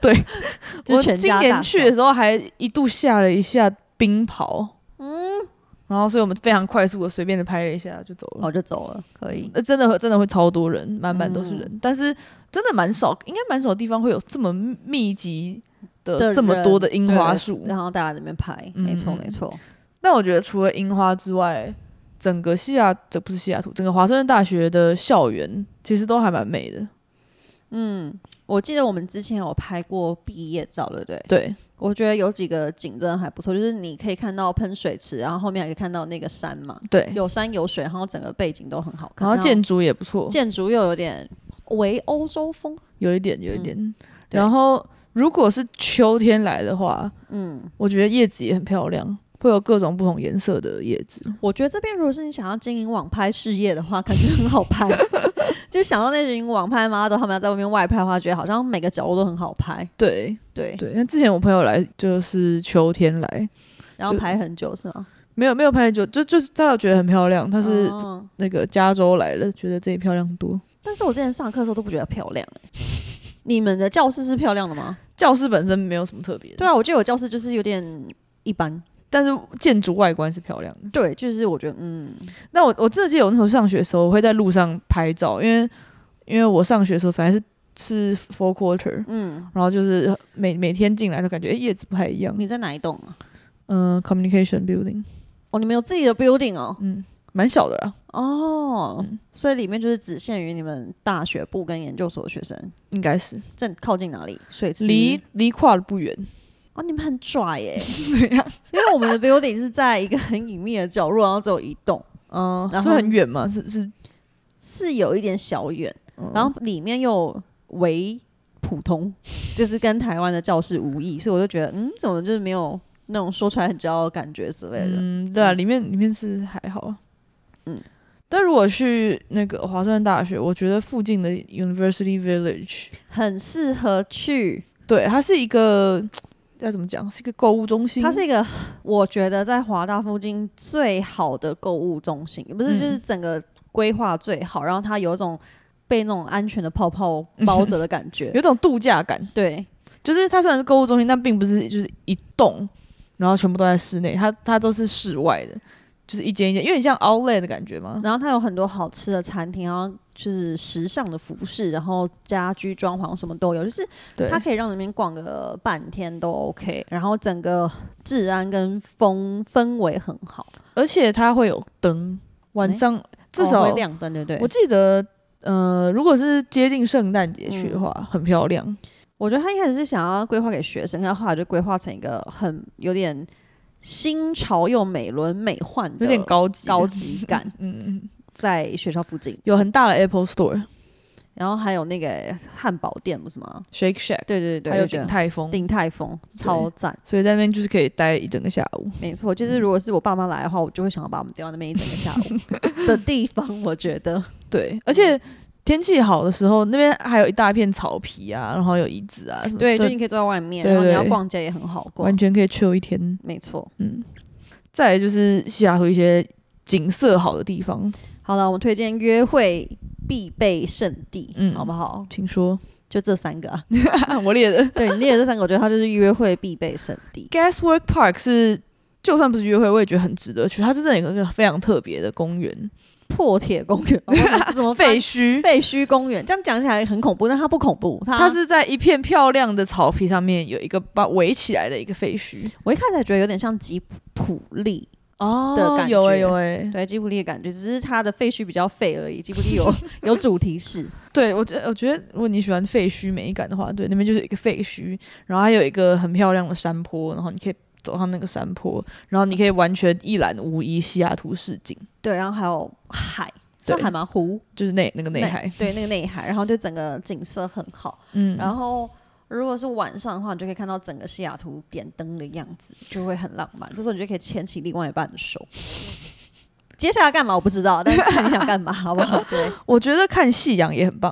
Speaker 2: 对，
Speaker 1: 就
Speaker 2: 我
Speaker 1: 是全
Speaker 2: 今
Speaker 1: 家
Speaker 2: 年
Speaker 1: 大
Speaker 2: 去
Speaker 1: 小
Speaker 2: 的时候还一度下了一下冰雹，嗯，然后所以我们非常快速的随便的拍了一下就走了。
Speaker 1: 我就走了，可以。
Speaker 2: 呃，真的会真的会超多人，满满都是
Speaker 1: 嗯
Speaker 2: 人，但是真的蛮少，应该蛮少地方会有这么密集的
Speaker 1: 的
Speaker 2: 这么
Speaker 1: 人
Speaker 2: 多的樱花
Speaker 1: 对
Speaker 2: 树。
Speaker 1: 然后大家在那边拍，
Speaker 2: 嗯
Speaker 1: 没错
Speaker 2: 嗯
Speaker 1: 没错，
Speaker 2: 那我觉得除了樱花之外，整个西雅这不是西雅图，整个华盛顿大学的校园其实都还蛮美的。
Speaker 1: 我记得我们之前有拍过毕业照，对不对？
Speaker 2: 对，
Speaker 1: 我觉得有几个景真的还不错，就是你可以看到喷水池，然后后面还可以看到那个山嘛，
Speaker 2: 对，
Speaker 1: 有山有水，然后整个背景都很好看，
Speaker 2: 然后建筑也不错，
Speaker 1: 建筑又有点为欧洲风，
Speaker 2: 有一点，有一点。
Speaker 1: 嗯对
Speaker 2: 然后如果是秋天来的话，嗯，我觉得叶子也很漂亮，会有各种不同颜色的叶子。
Speaker 1: 我觉得这边如果是你想要经营网拍事业的话，感觉很好 拍。就想到那群网拍 model 他们要在外面外拍的话，觉得好像每个角落都很好拍。
Speaker 2: 对
Speaker 1: 对，
Speaker 2: 对，那之前我朋友来就是秋天来，
Speaker 1: 然后
Speaker 2: 就
Speaker 1: 拍很久是吗？
Speaker 2: 没有没有拍久，就就是大家觉得很漂亮。他是
Speaker 1: 哦
Speaker 2: 那个加州来了，觉得这里漂亮多。
Speaker 1: 但是我之前上课的时候都不觉得漂亮、欸。你们的教室是漂亮的吗？啊
Speaker 2: 教室本身没有什么特别的，
Speaker 1: 对啊，我觉得我教室就是有点一般。
Speaker 2: 但是建筑外观是漂亮的。
Speaker 1: 对，就是我觉得，嗯，
Speaker 2: 那我我真的记得我那时候上学的时候，我会在路上拍照，因为因为我上学的时候反正是是 four quarter，嗯，然后就是每每天进来都感觉诶叶子不太一样。
Speaker 1: 你在哪一栋啊？
Speaker 2: 嗯、c o m m u n i c a t i o n building，
Speaker 1: 哦，你们有自己的 building 哦，
Speaker 2: 嗯，蛮小的啦，
Speaker 1: 哦，所以里面就是只限于你们大学部跟研究所的学生。
Speaker 2: 应该是
Speaker 1: 这靠近哪里？水池
Speaker 2: 离离跨的不远。
Speaker 1: 哦，你们很拽 耶、
Speaker 2: 啊
Speaker 1: 因为我们的 building 是在一个很隐秘的角落，然后只有一栋，
Speaker 2: 嗯，
Speaker 1: 哦然
Speaker 2: 所以
Speaker 1: 后
Speaker 2: 很远嘛，是是，
Speaker 1: 是有一点小远，
Speaker 2: 嗯
Speaker 1: 然后里面又为普通， 就是跟台湾的教室无异，所以我就觉得，嗯，怎么就是没有那种说出来很骄傲的感觉之类的。
Speaker 2: 嗯，对啊，里面里面是还好啊，
Speaker 1: 嗯
Speaker 2: 嗯。但如果去那个华盛顿大学，我觉得附近的 University Village，
Speaker 1: 很适合去。
Speaker 2: 对，它是一个要怎么讲，是一个购物中心，
Speaker 1: 它是一个我觉得在华大附近最好的购物中心，不是
Speaker 2: 嗯
Speaker 1: 就是整个规划最好，然后它有一种被那种安全的泡泡包着的感觉。
Speaker 2: 有种度假感，
Speaker 1: 对，
Speaker 2: 就是它虽然是购物中心，但并不是就是一栋，然后全部都在室内，它它都是室外的，就是一间一间，有点像 Outlet 的感觉嘛。
Speaker 1: 然后它有很多好吃的餐厅，然后就是时尚的服饰，然后家居装潢什么都有，就是
Speaker 2: 对，
Speaker 1: 它可以让里面逛个半天都 OK，然后整个治安跟风氛围很好，
Speaker 2: 而且它会有灯，晚
Speaker 1: 诶
Speaker 2: 上、至
Speaker 1: 哦
Speaker 2: 少、
Speaker 1: 会亮灯，对不对？
Speaker 2: 我
Speaker 1: 我
Speaker 2: 记得，呃，如果是接近圣诞节
Speaker 1: 嗯
Speaker 2: 去的话，很漂亮。
Speaker 1: 我觉得他一开始是想要规划给学生，然后后来就规划成一个很有点新潮又美轮美奂的，
Speaker 2: 有点高级的
Speaker 1: 高级感，
Speaker 2: 嗯，嗯，
Speaker 1: 在学校附近，
Speaker 2: 有很大的 Apple Store、
Speaker 1: 然后还有那个汉堡店不是吗？
Speaker 2: Shake Shack，
Speaker 1: 对对对，
Speaker 2: 还有
Speaker 1: 我觉得
Speaker 2: 鼎泰丰，
Speaker 1: 鼎泰丰超赞。
Speaker 2: 所以在那边就是可以待一整个下午。
Speaker 1: 没错，就是如果是我爸妈来的话，我就会想要把我们丢到那边一整个下午 的地方。我觉 得
Speaker 2: 对，
Speaker 1: 嗯
Speaker 2: 而且天气好的时候，那边还有一大片草皮啊，然后有椅子啊什么的，
Speaker 1: 嗯对，就你可以坐在外面，
Speaker 2: 对
Speaker 1: 然后你
Speaker 2: 对
Speaker 1: 要逛街也很好逛
Speaker 2: 完。全可以 chill 一天。
Speaker 1: 没错，
Speaker 2: 嗯，再来就是西雅图一些景色好的地方，
Speaker 1: 好了，我们推荐约会必备圣地，
Speaker 2: 嗯
Speaker 1: 好不好？
Speaker 2: 请说。
Speaker 1: 就这三 个、啊，
Speaker 2: 我列的
Speaker 1: 对你列的这三个，我觉得它就是约会必备圣地。
Speaker 2: Gaswork Park 是。就算不是约会，我也觉得很值得去。它是真的有一个非常特别的公园，
Speaker 1: 破铁公园，哦我 怎么
Speaker 2: 废
Speaker 1: 废
Speaker 2: 墟。
Speaker 1: 废啊墟公园？这样讲起来很恐怖，但它不恐怖，它
Speaker 2: 它是在一片漂亮的草皮上面有一个把围起来的一个废墟
Speaker 1: 我一开始还觉得有点像吉普力，
Speaker 2: 哦
Speaker 1: 有
Speaker 2: 有
Speaker 1: 欸
Speaker 2: 哎
Speaker 1: 有
Speaker 2: 有哎、
Speaker 1: 对吉普力的感觉，只是它的废墟比较废而已。吉普力 有有主题式，
Speaker 2: 对我觉我觉得如果你喜欢废墟美感的话，对那边就是一个废墟，然后还有一个很漂亮的山坡，然后你可以走上那个山坡，然后你可以完全一览无遗西雅图市景，
Speaker 1: 对，然后还有海，这
Speaker 2: 对
Speaker 1: 海嘛湖
Speaker 2: 就是内那个内海，
Speaker 1: 对那个内海，然后就整个景色很好。
Speaker 2: 嗯，
Speaker 1: 然后如果是晚上的话，你就可以看到整个西雅图点灯的样子，就会很浪漫。这时候你就可以牵起另外一半的 手。接下来干嘛我不知道，但是看你想干嘛，好不好？ 对
Speaker 2: 我觉得看夕阳也很棒，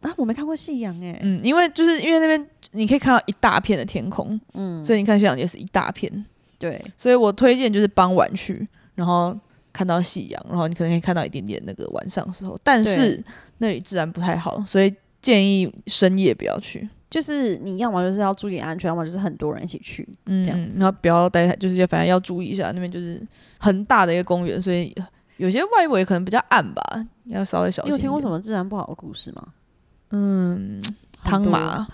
Speaker 1: 啊，我没看过夕阳哎、
Speaker 2: 嗯，因为就是因为那边你可以看到一大片的天空，
Speaker 1: 嗯，
Speaker 2: 所以你看夕阳也是一大片，
Speaker 1: 对，
Speaker 2: 所以我推荐就是傍晚去，然后看到夕阳，然后你可能可以看到一点点那个晚上的时候，但是那里治安不太好，所以建议深夜不要去。
Speaker 1: 就是你要么就是要注意安全，要么就是很多人一起去。
Speaker 2: 嗯
Speaker 1: 这样子
Speaker 2: 然后不要待太，就是反正要注意一下，那边就是很大的一个公园，所以有些外围可能比较暗吧，要稍微小
Speaker 1: 你有
Speaker 2: 心一点。
Speaker 1: 听过什么治安不好的故事吗？
Speaker 2: 嗯，汤马，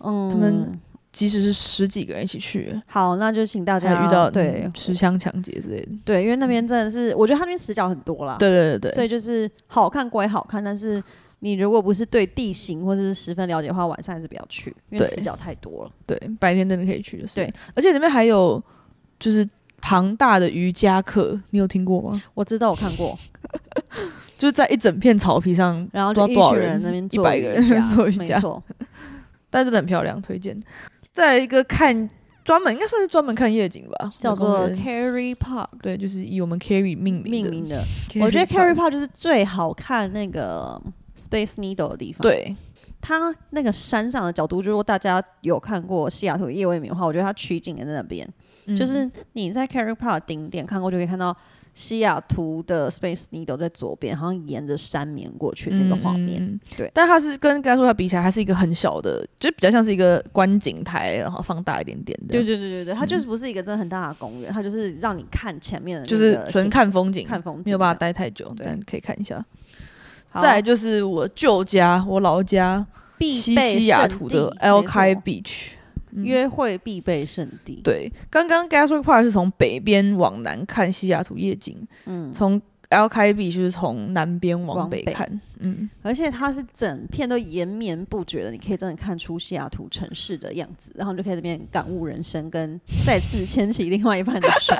Speaker 1: 嗯，
Speaker 2: 他们即使是十几个人一起去，
Speaker 1: 好，那就请大
Speaker 2: 还
Speaker 1: 家
Speaker 2: 遇到
Speaker 1: 对
Speaker 2: 嗯持枪抢劫之类的。
Speaker 1: 对，因为那边真的是，我觉得他那边死角很多啦。
Speaker 2: 嗯对对对
Speaker 1: 所
Speaker 2: 对，
Speaker 1: 以就是好看归好看，但是你如果不是对地形或者是十分了解的话，晚上还是不要去，因为
Speaker 2: 对
Speaker 1: 死角太多了。
Speaker 2: 对，白天真的可以去，就是
Speaker 1: 对，
Speaker 2: 而且那边还有就是庞大的瑜伽课，你有听过吗？
Speaker 1: 我知道我看过，
Speaker 2: 就是在一整片草皮上，
Speaker 1: 然后
Speaker 2: 不
Speaker 1: 就
Speaker 2: 知
Speaker 1: 一
Speaker 2: 道多少
Speaker 1: 群
Speaker 2: 人
Speaker 1: 那边
Speaker 2: 一百个人
Speaker 1: 做瑜伽
Speaker 2: 做瑜
Speaker 1: 没
Speaker 2: 伽
Speaker 1: 错，
Speaker 2: 但真的很漂亮，推荐。再来一个看专门应该算是专门看夜景吧，
Speaker 1: 叫
Speaker 2: 公
Speaker 1: 做
Speaker 2: 园
Speaker 1: Carry Park
Speaker 2: 对，就是以我们 Carry 命名的。
Speaker 1: 命名的。我觉得 Carry Park 就是最好看那个 Space Needle 的地方。，
Speaker 2: 对，
Speaker 1: 它那个山上的角度，如果大家有看过西雅图夜未眠的话，我觉得它取景也在那边。
Speaker 2: 嗯
Speaker 1: 就是你在 Carry Park 顶点看过，就可以看到西雅图的 Space Needle 在左边，好像沿着山绵过去那个画面。
Speaker 2: 嗯
Speaker 1: 对
Speaker 2: 但它是跟刚才说它比起来，它是一个很小的，就比较像是一个观景台，然后放大一点点
Speaker 1: 嗯
Speaker 2: 的，
Speaker 1: 对对对对对，它就是不是一个真的很大的公园，它就是让你看前面的那
Speaker 2: 就
Speaker 1: 个
Speaker 2: 是
Speaker 1: 景色，
Speaker 2: 纯看风景，
Speaker 1: 看风景这样，
Speaker 2: 没有办法待太久，
Speaker 1: 对
Speaker 2: 但可以看一下。
Speaker 1: 好。啊
Speaker 2: 再来就是我旧家，我老家
Speaker 1: 必
Speaker 2: 西
Speaker 1: 备
Speaker 2: 西雅
Speaker 1: 圣
Speaker 2: 图
Speaker 1: 地
Speaker 2: 的
Speaker 1: 没
Speaker 2: L
Speaker 1: 错
Speaker 2: K Beach，嗯
Speaker 1: 约会必备圣地。，
Speaker 2: 对，刚刚 Gaswick Park 是从北边往南看西雅图夜景，
Speaker 1: 嗯，
Speaker 2: 从 L K Beach 就是从南边往
Speaker 1: 往
Speaker 2: 北
Speaker 1: 北
Speaker 2: 看，嗯，
Speaker 1: 而且它是整片都延绵不绝的，你可以真的看出西雅图城市的样子，然后你就可以在那边感悟人生，跟再次牵起另外一半的手。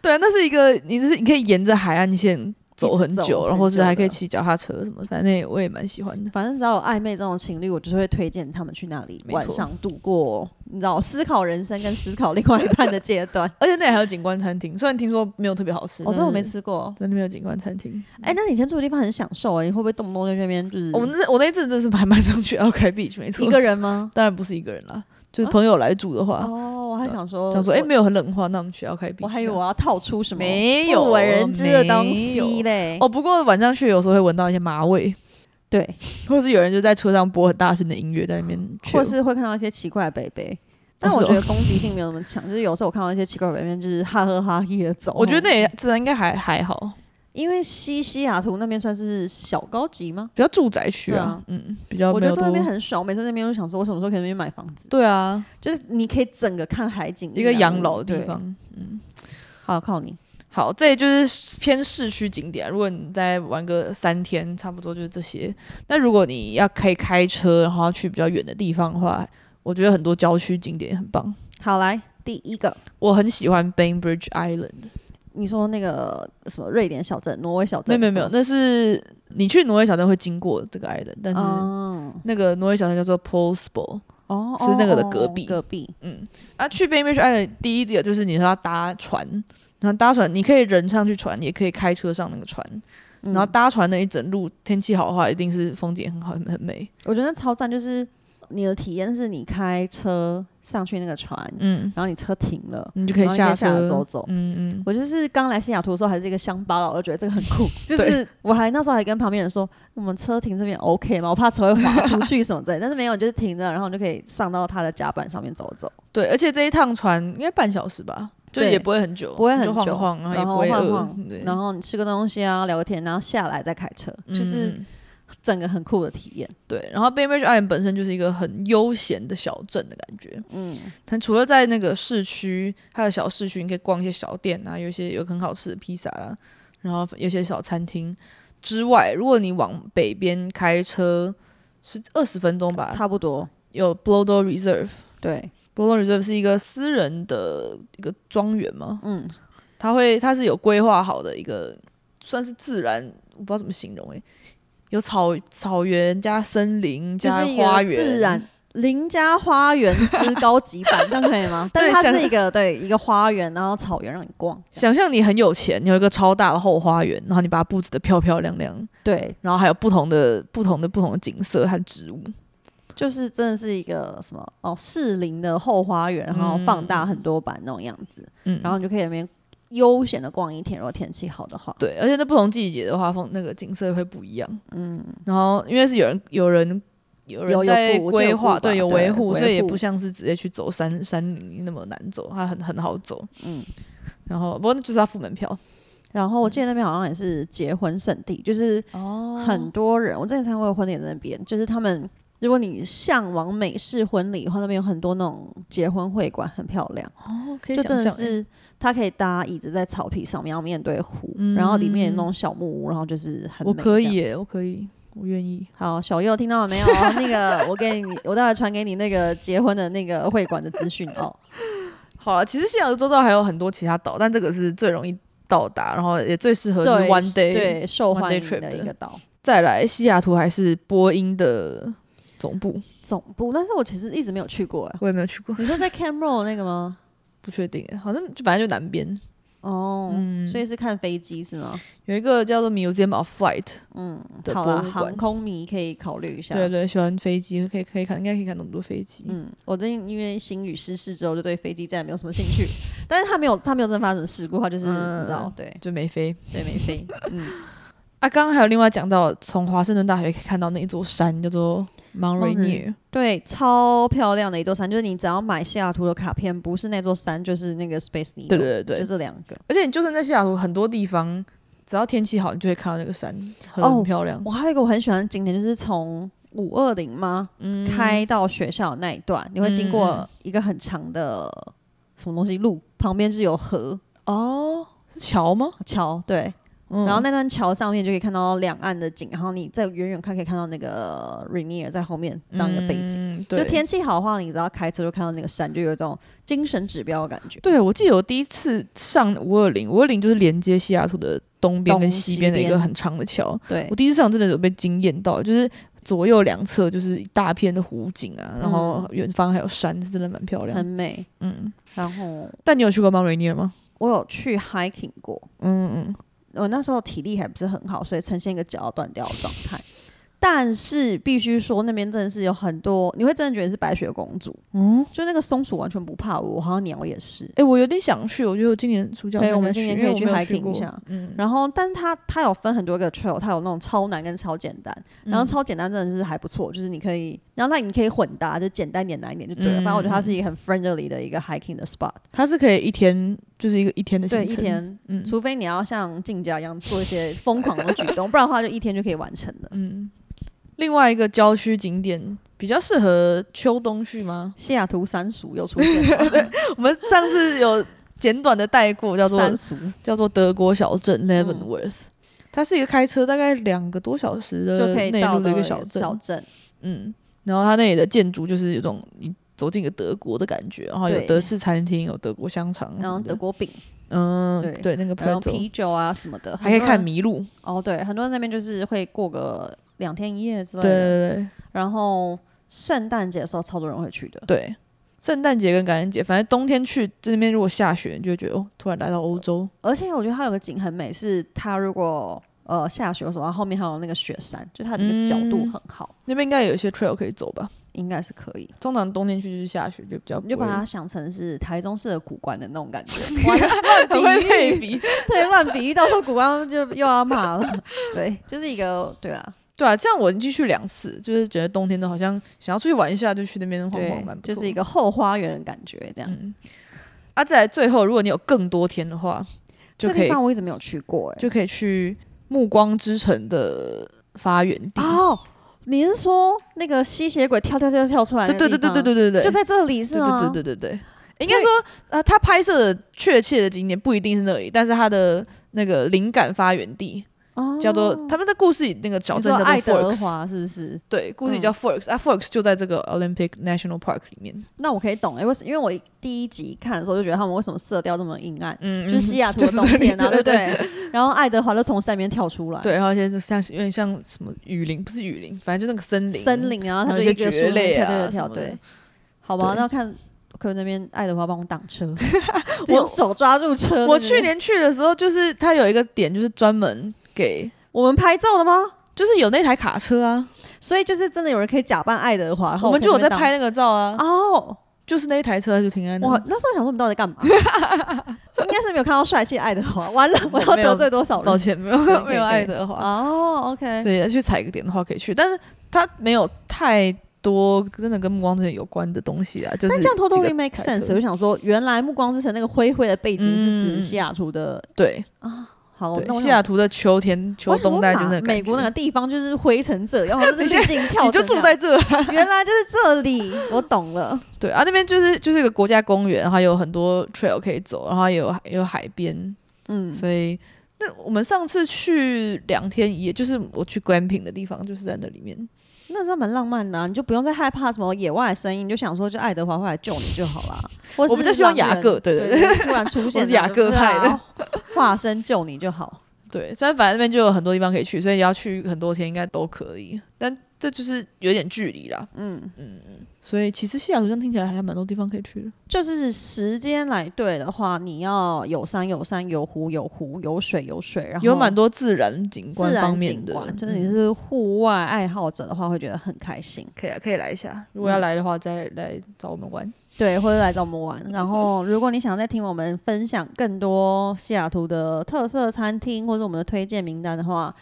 Speaker 2: 对，啊那是一个，你就是你可以沿着海岸线走很
Speaker 1: 一直走
Speaker 2: 久，然
Speaker 1: 很
Speaker 2: 后是
Speaker 1: 久
Speaker 2: 还可以
Speaker 1: 的
Speaker 2: 骑脚踏车什么，反正我也蛮喜欢的。
Speaker 1: 反正只要有暧昧这种情侣，我就是会推荐他们去那里
Speaker 2: 没错
Speaker 1: 晚上度过，你知道思考人生跟思考另外一半的阶段。
Speaker 2: 而且那里还有景观餐厅，虽然听说没有特别好吃，
Speaker 1: 我哦真的没
Speaker 2: 但是，
Speaker 1: 吃过。
Speaker 2: 但那边有景观餐厅。
Speaker 1: 哎、那你以前住的地方很享受哎、你会不会动不动在那边就是
Speaker 2: 我们那我那一阵真是还蛮想去 L K Beach，没
Speaker 1: 嗯
Speaker 2: 错，
Speaker 1: 一个人啊吗？
Speaker 2: 当然不是一个人啦，就是朋友来住的话，
Speaker 1: 哦，我还想说，
Speaker 2: 想说哎、
Speaker 1: 我
Speaker 2: 没有很冷的话，那我们去 L K Beach 这样。
Speaker 1: 我还以为我要套出什么
Speaker 2: 啊没有
Speaker 1: 不为人知的东
Speaker 2: 没有
Speaker 1: 西嘞。
Speaker 2: 哦，不过晚上去有时候会闻到一些麻味，
Speaker 1: 对，
Speaker 2: 或是有人就在车上播很大声的音乐在那边 chill，
Speaker 1: 哦或是会看到一些奇怪的北北。但我
Speaker 2: 是哦
Speaker 1: 觉得攻击性没有那么强，就是有时候我看到一些奇怪的北边，就是哈呵哈嘿的走。
Speaker 2: 我觉得那也自然应该还还好，
Speaker 1: 因为西西雅图那边算是小高级吗？
Speaker 2: 比较住宅区
Speaker 1: 对
Speaker 2: 啊
Speaker 1: 啊，
Speaker 2: 嗯，比较
Speaker 1: 我
Speaker 2: 没
Speaker 1: 觉
Speaker 2: 有
Speaker 1: 得住那边
Speaker 2: 多
Speaker 1: 很爽，我每次在那边都想说，我什么时候可以在那边买房子？
Speaker 2: 对啊，
Speaker 1: 就是你可以整个看海景，
Speaker 2: 一个养老的
Speaker 1: 对
Speaker 2: 地。方。嗯
Speaker 1: 好，靠你。
Speaker 2: 好，这也就是偏市区景点。如果你再玩个三天，差不多就是这些。那如果你要可以开车，然后要去比较远的地方的话，我觉得很多郊区景点也很棒。
Speaker 1: 好，来第一个，
Speaker 2: 我很喜欢 Bainbridge Island，
Speaker 1: 你说那个什么瑞典小镇、挪威小
Speaker 2: 没
Speaker 1: 镇
Speaker 2: 有没有
Speaker 1: 什么，
Speaker 2: 没有，那是你去挪威小镇会经过这个 island，但是
Speaker 1: 哦
Speaker 2: 那个挪威小镇叫做 Polsbo。
Speaker 1: 哦，
Speaker 2: 是那个的
Speaker 1: 哦
Speaker 2: 隔壁
Speaker 1: 隔壁。
Speaker 2: 啊，去 Bainbridge Island 第一点就是你要搭船，然后搭船你可以人上去船，也可以开车上那个船，
Speaker 1: 嗯
Speaker 2: 然后搭船那一整路，天气好的话，一定是风景很好，很很美。
Speaker 1: 我觉得超赞，就是你的体验是你开车上去那个船，
Speaker 2: 嗯，
Speaker 1: 然后你车停了。
Speaker 2: 你就可以
Speaker 1: 然后你可
Speaker 2: 下
Speaker 1: 以下
Speaker 2: 车
Speaker 1: 来走走
Speaker 2: 嗯嗯，
Speaker 1: 我就是刚来西雅图的时候还是一个乡巴佬，我就觉得这个很 酷。就是我还那时候还跟旁边人说，我们车停这边 OK 吗？我怕车会滑出去什么之类的。但是没有，你就是停着，然后你就可以上到他的甲板上面走走，
Speaker 2: 对，而且这一趟船应该半小时吧，就
Speaker 1: 对
Speaker 2: 也不会很久，
Speaker 1: 不会很
Speaker 2: 就
Speaker 1: 久，
Speaker 2: 晃晃，然后也
Speaker 1: 然
Speaker 2: 不
Speaker 1: 后
Speaker 2: 会
Speaker 1: 晃
Speaker 2: 饿，
Speaker 1: 晃
Speaker 2: 对，
Speaker 1: 然后你吃个东西啊，聊个天，然后下来再开车，就是
Speaker 2: 嗯
Speaker 1: 整个很酷的体验。
Speaker 2: 对。然后 Bainbridge Island 本身就是一个很悠闲的小镇的感觉，
Speaker 1: 嗯，
Speaker 2: 它除了在那个市区，它的小市区你可以逛一些小店啊，有一些有很好吃的披萨啊，然后有些小餐厅之外，如果你往北边开车是二十分钟吧，
Speaker 1: 差不多。
Speaker 2: 有 Blodo Reserve。
Speaker 1: 对，
Speaker 2: Blodo Reserve 是一个私人的一个庄园吗？
Speaker 1: 嗯，
Speaker 2: 它会，它是有规划好的一个，算是自然，我不知道怎么形容诶、欸有草草原加森林
Speaker 1: 就
Speaker 2: 加
Speaker 1: 是一个
Speaker 2: 花园，
Speaker 1: 自然邻家花园之高级版，这样可以 吗？但是它
Speaker 2: 想
Speaker 1: 是一个对一个花园，然后草原让你逛，这样
Speaker 2: 想象你很有钱，你有一个超大的后花园，然后你把它布置的漂漂亮亮，
Speaker 1: 对，
Speaker 2: 然后还有不同的、不同的、不同的景色和植物。
Speaker 1: 就是真的是一个什么哦，适龄的后花园，然后放大很多版那种样子，
Speaker 2: 嗯，
Speaker 1: 然后你就可以在那边悠闲的逛一天，如果天气好的话，
Speaker 2: 对，而且那不同季节的话，风那个景色会不一样。嗯，然后因为是有人、有人、有
Speaker 1: 有
Speaker 2: 人
Speaker 1: 有
Speaker 2: 在
Speaker 1: 顾我记得
Speaker 2: 规
Speaker 1: 有顾
Speaker 2: 划，
Speaker 1: 吧
Speaker 2: 对，有
Speaker 1: 对
Speaker 2: 维护，
Speaker 1: 维
Speaker 2: 所以也
Speaker 1: 护
Speaker 2: 不像是直接去走山山林那么难走，它很很好走。
Speaker 1: 嗯，
Speaker 2: 然后不过就是要付门票。
Speaker 1: 然后我记得那边好像也是结婚圣地，就是
Speaker 2: 哦
Speaker 1: 很多人，我之前参加过的婚礼在那边，就是他们。如果你向往美式婚礼的话，那边有很多那种结婚会馆，很漂亮。
Speaker 2: 哦，可以
Speaker 1: 就
Speaker 2: 想
Speaker 1: 真的
Speaker 2: 象欸
Speaker 1: 是它可以搭椅子在草皮上面，然后面对湖，然后里面有那种小木屋，然后就是很
Speaker 2: 嗯我
Speaker 1: 美
Speaker 2: 可
Speaker 1: 这
Speaker 2: 以
Speaker 1: 样。
Speaker 2: 耶，我可以，我愿意。
Speaker 1: 好，小右听到了 没有？那个我给你，我待会传给你那个结婚的那个会馆的资讯 哦。
Speaker 2: 好啊了，其实西雅图周遭还有很多其他岛，但这个是最容易到达，然后也最适合是
Speaker 1: 受
Speaker 2: one day。
Speaker 1: 对受
Speaker 2: one
Speaker 1: 欢
Speaker 2: day
Speaker 1: 迎
Speaker 2: trip
Speaker 1: 的一
Speaker 2: 的
Speaker 1: 个岛
Speaker 2: 再来，西雅图还是波音的总部，
Speaker 1: 总部，但是我其实一直没有去过哎。
Speaker 2: 我也没有去过，
Speaker 1: 你说在 Camro 那个吗？
Speaker 2: 不确定耶，好像就反正就南边，
Speaker 1: 哦，
Speaker 2: 嗯
Speaker 1: 所以是看飞机是吗？
Speaker 2: 有一个叫做 Museum of Flight
Speaker 1: 嗯，
Speaker 2: 的
Speaker 1: 好
Speaker 2: 博
Speaker 1: 啦，
Speaker 2: 物馆
Speaker 1: 航空迷可以考虑一下。
Speaker 2: 对对，喜欢飞机可以可以看，应该可以看很多飞机。
Speaker 1: 嗯，我最近因为新宇失事之后，就对飞机再也没有什么兴趣。但是他没有，他没有真的发生什么事故，他就是、
Speaker 2: 嗯
Speaker 1: 你知道，对
Speaker 2: 就没飞
Speaker 1: 对，没飞。嗯，
Speaker 2: 啊！刚刚还有另外讲到，从华盛顿大学可以看到那一座山叫做 Mount
Speaker 1: Mount
Speaker 2: Rainier，
Speaker 1: 对，超漂亮的一座山，就是你只要买西雅图的卡片，不是那座山，就是那个 Space Needle，
Speaker 2: 对对对
Speaker 1: 就
Speaker 2: 对，
Speaker 1: 这两个。
Speaker 2: 而且你就算在西雅图很多地方，只要天气好，你就会看到那个山，很
Speaker 1: 哦
Speaker 2: 漂亮。
Speaker 1: 我还有一个我很喜欢的景点，就是从五二零吗、
Speaker 2: 嗯
Speaker 1: 开到学校那一段，你会经过一个很长的什么东西路，旁边是有河
Speaker 2: 哦，是桥吗？
Speaker 1: 桥，对，
Speaker 2: 嗯
Speaker 1: 然后那段桥上面就可以看到两岸的景，然后你再远远看可以看到那个 Rainier 在后面当一个背景。
Speaker 2: 嗯、
Speaker 1: 就
Speaker 2: 对
Speaker 1: 天气好的话，你只要开车就看到那个山，就有一种精神指标的感觉。
Speaker 2: 对，我记得我第一次上五二零，五二零就是连接西雅图的东边跟
Speaker 1: 东
Speaker 2: 西
Speaker 1: 西
Speaker 2: 边的一个
Speaker 1: 边
Speaker 2: 很长的桥。
Speaker 1: 对
Speaker 2: 我，第一次上真的有被惊艳到，就是左右两侧就是一大片的湖景啊，然后远方还有山，是真的蛮漂亮
Speaker 1: 嗯很。美。
Speaker 2: 嗯，
Speaker 1: 然后
Speaker 2: 但你有去过 Mount Rainier 吗？
Speaker 1: 我有去 hiking 过，
Speaker 2: 嗯嗯，
Speaker 1: 我那时候体力还不是很好，所以呈现一个脚要断掉的状态。但是必须说，那边真的是有很多，你会真的觉得是白雪公主。嗯，就那个松鼠完全不怕我，好像鸟也是。
Speaker 2: 哎、我有点想去，我觉得我今年暑假
Speaker 1: 可以
Speaker 2: 应该
Speaker 1: 我们
Speaker 2: 去
Speaker 1: 今年
Speaker 2: 因
Speaker 1: 可
Speaker 2: 为
Speaker 1: 以
Speaker 2: 我
Speaker 1: 去
Speaker 2: 没有
Speaker 1: hiking
Speaker 2: 过
Speaker 1: 一下
Speaker 2: 嗯，
Speaker 1: 然后，但是它它有分很多个 trail，它有那种超难跟超简单，然后
Speaker 2: 嗯
Speaker 1: 超简单真的是还不错，就是你可以，然后那你可以混搭，就简单一点难一点就对了。
Speaker 2: 嗯
Speaker 1: 反正我觉得它是一个很 friendly 的一个 hiking 的 spot，
Speaker 2: 它是可以一天就是一个一天的行
Speaker 1: 对，
Speaker 2: 程，
Speaker 1: 一天，
Speaker 2: 嗯
Speaker 1: 除非你要像竞价一样做一些疯狂的举动，不然的话就一天就可以完成了。
Speaker 2: 嗯。另外一个郊区景点比较适合秋冬去吗？
Speaker 1: 西雅图三俗又出现 了，
Speaker 2: 我们上次有简短的带过，叫做
Speaker 1: 三俗，
Speaker 2: 叫做德国小镇
Speaker 1: 嗯
Speaker 2: Leavenworth，、它是一个开车大概两个多小时的
Speaker 1: 就可以
Speaker 2: 内
Speaker 1: 到
Speaker 2: 陆的一
Speaker 1: 了
Speaker 2: 个小镇，
Speaker 1: 小镇，
Speaker 2: 嗯，然后它那里的建筑就是有种你走进一个德国的感觉，然后有
Speaker 1: 对
Speaker 2: 德式餐厅，有德国香肠什么的，
Speaker 1: 然后德国饼，
Speaker 2: 嗯
Speaker 1: 对
Speaker 2: 对那个 p
Speaker 1: 然
Speaker 2: r
Speaker 1: 后
Speaker 2: e
Speaker 1: 啤酒啊什么的，
Speaker 2: 还可以
Speaker 1: 很多人
Speaker 2: 看麋鹿，
Speaker 1: 哦，对，很多人那边就是会过个两天一夜之类
Speaker 2: 对
Speaker 1: 的，
Speaker 2: 对对
Speaker 1: 然后圣诞节的时候超多人会去的。
Speaker 2: 对。圣诞节跟感恩节，反正冬天去这边如果下雪，你就会觉得哦，突然来到欧洲，
Speaker 1: 而且我觉得它有个景很美，是它如果呃下雪的时候，然后后面还有那个雪山，就它的那个角度很好，
Speaker 2: 那边应该有一些 trail 可以走吧。
Speaker 1: 应该是可以。
Speaker 2: 通常冬天去就是下雪，就比较不
Speaker 1: 你就把
Speaker 2: 会
Speaker 1: 它想成是台中市的古关的那种感觉，哇乱
Speaker 2: 很会
Speaker 1: 比
Speaker 2: 配
Speaker 1: 喻，
Speaker 2: 比，
Speaker 1: 对，乱比喻，到时候古关就又要骂了。对，就是一个对啊，
Speaker 2: 对啊，这样我已经去两次，就是觉得冬天都好像想要出去玩一下，就去那边晃
Speaker 1: 对
Speaker 2: 晃，蛮不错。
Speaker 1: 就是一个后花园的感觉这样。
Speaker 2: 嗯。啊，再来最后，如果你有更多天的话，就
Speaker 1: 这
Speaker 2: 可
Speaker 1: 地
Speaker 2: 以
Speaker 1: 方我一直没有去过，哎，
Speaker 2: 就可以去暮光之城的发源地。
Speaker 1: 哦，你是说那个吸血鬼跳跳跳跳出来的
Speaker 2: 对
Speaker 1: 地
Speaker 2: 对
Speaker 1: 方？
Speaker 2: 对对对对对对，
Speaker 1: 就在这里是
Speaker 2: 对
Speaker 1: 吗？
Speaker 2: 对对对对对。应该说，呃，他拍摄的确切的景点不一定是那里，但是他的那个灵感发源地
Speaker 1: 哦
Speaker 2: 叫做、他们在故事里那个小
Speaker 1: 你
Speaker 2: 镇
Speaker 1: 说
Speaker 2: 叫做
Speaker 1: 爱德
Speaker 2: Forks，
Speaker 1: 华嗯是不是？
Speaker 2: 对，故事里叫 Forks，、啊，Forks 就在这个 Olympic National Park 里面。
Speaker 1: 那我可以懂哎、为什因为我第一集看的时候就觉得他们为什么色调这么阴暗，
Speaker 2: 嗯，
Speaker 1: 就是西 雅图的冬天啊，对不？对？然后爱德华就从山里面跳出来，
Speaker 2: 对，然后现在像有点像什么 雨林，不是雨林，反正就那个森林。
Speaker 1: 森，林，然后
Speaker 2: 还
Speaker 1: 他
Speaker 2: 有
Speaker 1: 就
Speaker 2: 一些
Speaker 1: 一个
Speaker 2: 蕨
Speaker 1: 树
Speaker 2: 类
Speaker 1: 跳
Speaker 2: 啊
Speaker 1: 跳
Speaker 2: 什
Speaker 1: 跳，
Speaker 2: 么的
Speaker 1: 对，好吧，
Speaker 2: 对
Speaker 1: 那看可不可以那边爱德华帮我挡 车，
Speaker 2: 我
Speaker 1: 用手抓住车。对不
Speaker 2: 我
Speaker 1: 对
Speaker 2: 去年去的时候，就是它有一个点，就是专门给，
Speaker 1: 我们拍照了吗？
Speaker 2: 就是有那台卡车啊，
Speaker 1: 所以就是真的有人可以假扮爱德华，然后
Speaker 2: 我们
Speaker 1: 可以
Speaker 2: 就有在
Speaker 1: 那边
Speaker 2: 拍那个照啊，
Speaker 1: 挡哦。
Speaker 2: 就是那一台车就停在那。
Speaker 1: 我那时候想说我们到底在干 嘛？应该是没有看到帅气爱德华，完了 我要
Speaker 2: 没有
Speaker 1: 得罪多少
Speaker 2: 抱
Speaker 1: 人？
Speaker 2: 歉，没有
Speaker 1: 可以可以
Speaker 2: 没有
Speaker 1: 可以
Speaker 2: 爱德华，
Speaker 1: 哦，OK，
Speaker 2: 所以要去踩个点的话可以去，但是它没有太多真的跟暮光之城有关的东西啊，就是
Speaker 1: 但这样
Speaker 2: 偷偷
Speaker 1: totally make sense。我就想说，原来《暮光之城》那个灰灰的背景是
Speaker 2: 嗯嗯嗯
Speaker 1: 指西雅图的。
Speaker 2: 对
Speaker 1: 好，哦那
Speaker 2: 对，
Speaker 1: 我
Speaker 2: 西雅
Speaker 1: 想
Speaker 2: 图的秋天秋冬大概就
Speaker 1: 我
Speaker 2: 是
Speaker 1: 想说哪
Speaker 2: 个
Speaker 1: 美国那
Speaker 2: 感
Speaker 1: 个地方就是灰成 这样，然后就
Speaker 2: 你
Speaker 1: 是
Speaker 2: 现
Speaker 1: 滤镜
Speaker 2: 觉
Speaker 1: 跳
Speaker 2: 你就
Speaker 1: 成这
Speaker 2: 住
Speaker 1: 样
Speaker 2: 在这，
Speaker 1: 原来就是这里，我懂了。
Speaker 2: 对啊，那边就是就是一个国家公园，然后有很多 trail 可以走，然后也有也有海边，
Speaker 1: 嗯，
Speaker 2: 所以那我们上次去两天一夜，就是我去 glamping 的地方，就是在那里面。
Speaker 1: 那这样蛮浪漫的啊，你就不用再害怕什么野外的声音，你就想说，就爱德华会来救你就好 啦。我
Speaker 2: 我比较喜欢雅各对
Speaker 1: 对
Speaker 2: 对对
Speaker 1: 对，突然 出现
Speaker 2: 我是雅各派的
Speaker 1: 的， 化身救你就好。
Speaker 2: 对，虽然反正那边就有很多地方可以去，所以要去很多天应该都可以。但这就是有点距离啦。
Speaker 1: 嗯，
Speaker 2: 所以其实西雅图这样听起来还蛮多地方可以去的。
Speaker 1: 就是时间来对的话，你要有山有山，有湖有湖，有水有水，然后
Speaker 2: 有蛮多自然景观
Speaker 1: 自
Speaker 2: 方
Speaker 1: 然
Speaker 2: 面
Speaker 1: 景
Speaker 2: 的，嗯
Speaker 1: 观，就是你是户外爱好者的话，会觉得很开心。
Speaker 2: 可以、啊、可以来一下，如果要来的话再来找我们玩。
Speaker 1: 对，或者来找我们玩。然后，如果你想再听我们分享更多西雅图的特色餐厅，或者我们的推荐名单的话，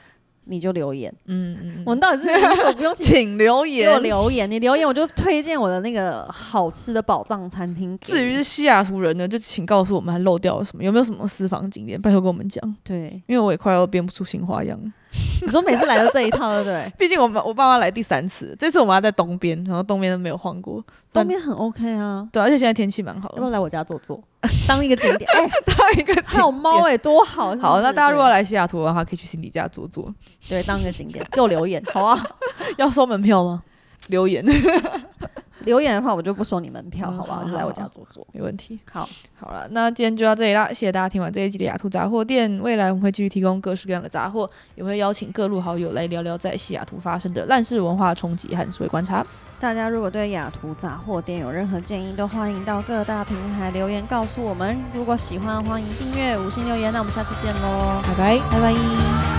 Speaker 1: 你就留言。
Speaker 2: 嗯嗯，
Speaker 1: 我们到底是无所不 用其极
Speaker 2: 请留
Speaker 1: 给我
Speaker 2: 言。
Speaker 1: 留言，你留言我就推荐我的那个好吃的宝藏餐厅给你。
Speaker 2: 至于是西雅图人呢，就请告诉我们还漏掉了什么，有没有什么私房景点，拜托跟我们讲，
Speaker 1: 对，
Speaker 2: 因为我也快要编不出新花样了。
Speaker 1: 你说每次来都这一套，对不 对？
Speaker 2: 毕竟我们我爸妈来第三次，这次我妈在东边，然后东边都没有晃过。
Speaker 1: 东边很 OK 啊，
Speaker 2: 对，而且现在天气蛮好
Speaker 1: 要不要
Speaker 2: 的，
Speaker 1: 来我家坐坐，当一个景点？哎、
Speaker 2: 哦 当一个
Speaker 1: 还有
Speaker 2: 景点
Speaker 1: 猫哎、多好！是不
Speaker 2: 好，
Speaker 1: 是
Speaker 2: 那大家如
Speaker 1: 对
Speaker 2: 果来西雅图的话，可以去辛迪家坐坐。
Speaker 1: 对当一个景点，给我留言，好啊。
Speaker 2: 要收门 票吗？留言
Speaker 1: 留言的话，我就不收你门票，好吧？
Speaker 2: 嗯
Speaker 1: 就来我家
Speaker 2: 好
Speaker 1: 坐坐。
Speaker 2: 没问题。
Speaker 1: 好，
Speaker 2: 好了，那今天就到这里啦，谢谢大家听完这一集的雅图杂货店。未来我们会继续提供各式各样的杂货，也会邀请各路好友来聊聊在西雅图发生的烂事文化冲击和社会观察。
Speaker 1: 大家如果对雅图杂货店有任何建议，都欢迎到各大平台留言告诉我们。如果喜欢，欢迎订阅、五星留言。那我们下次见喽，
Speaker 2: 拜拜。
Speaker 1: 拜拜。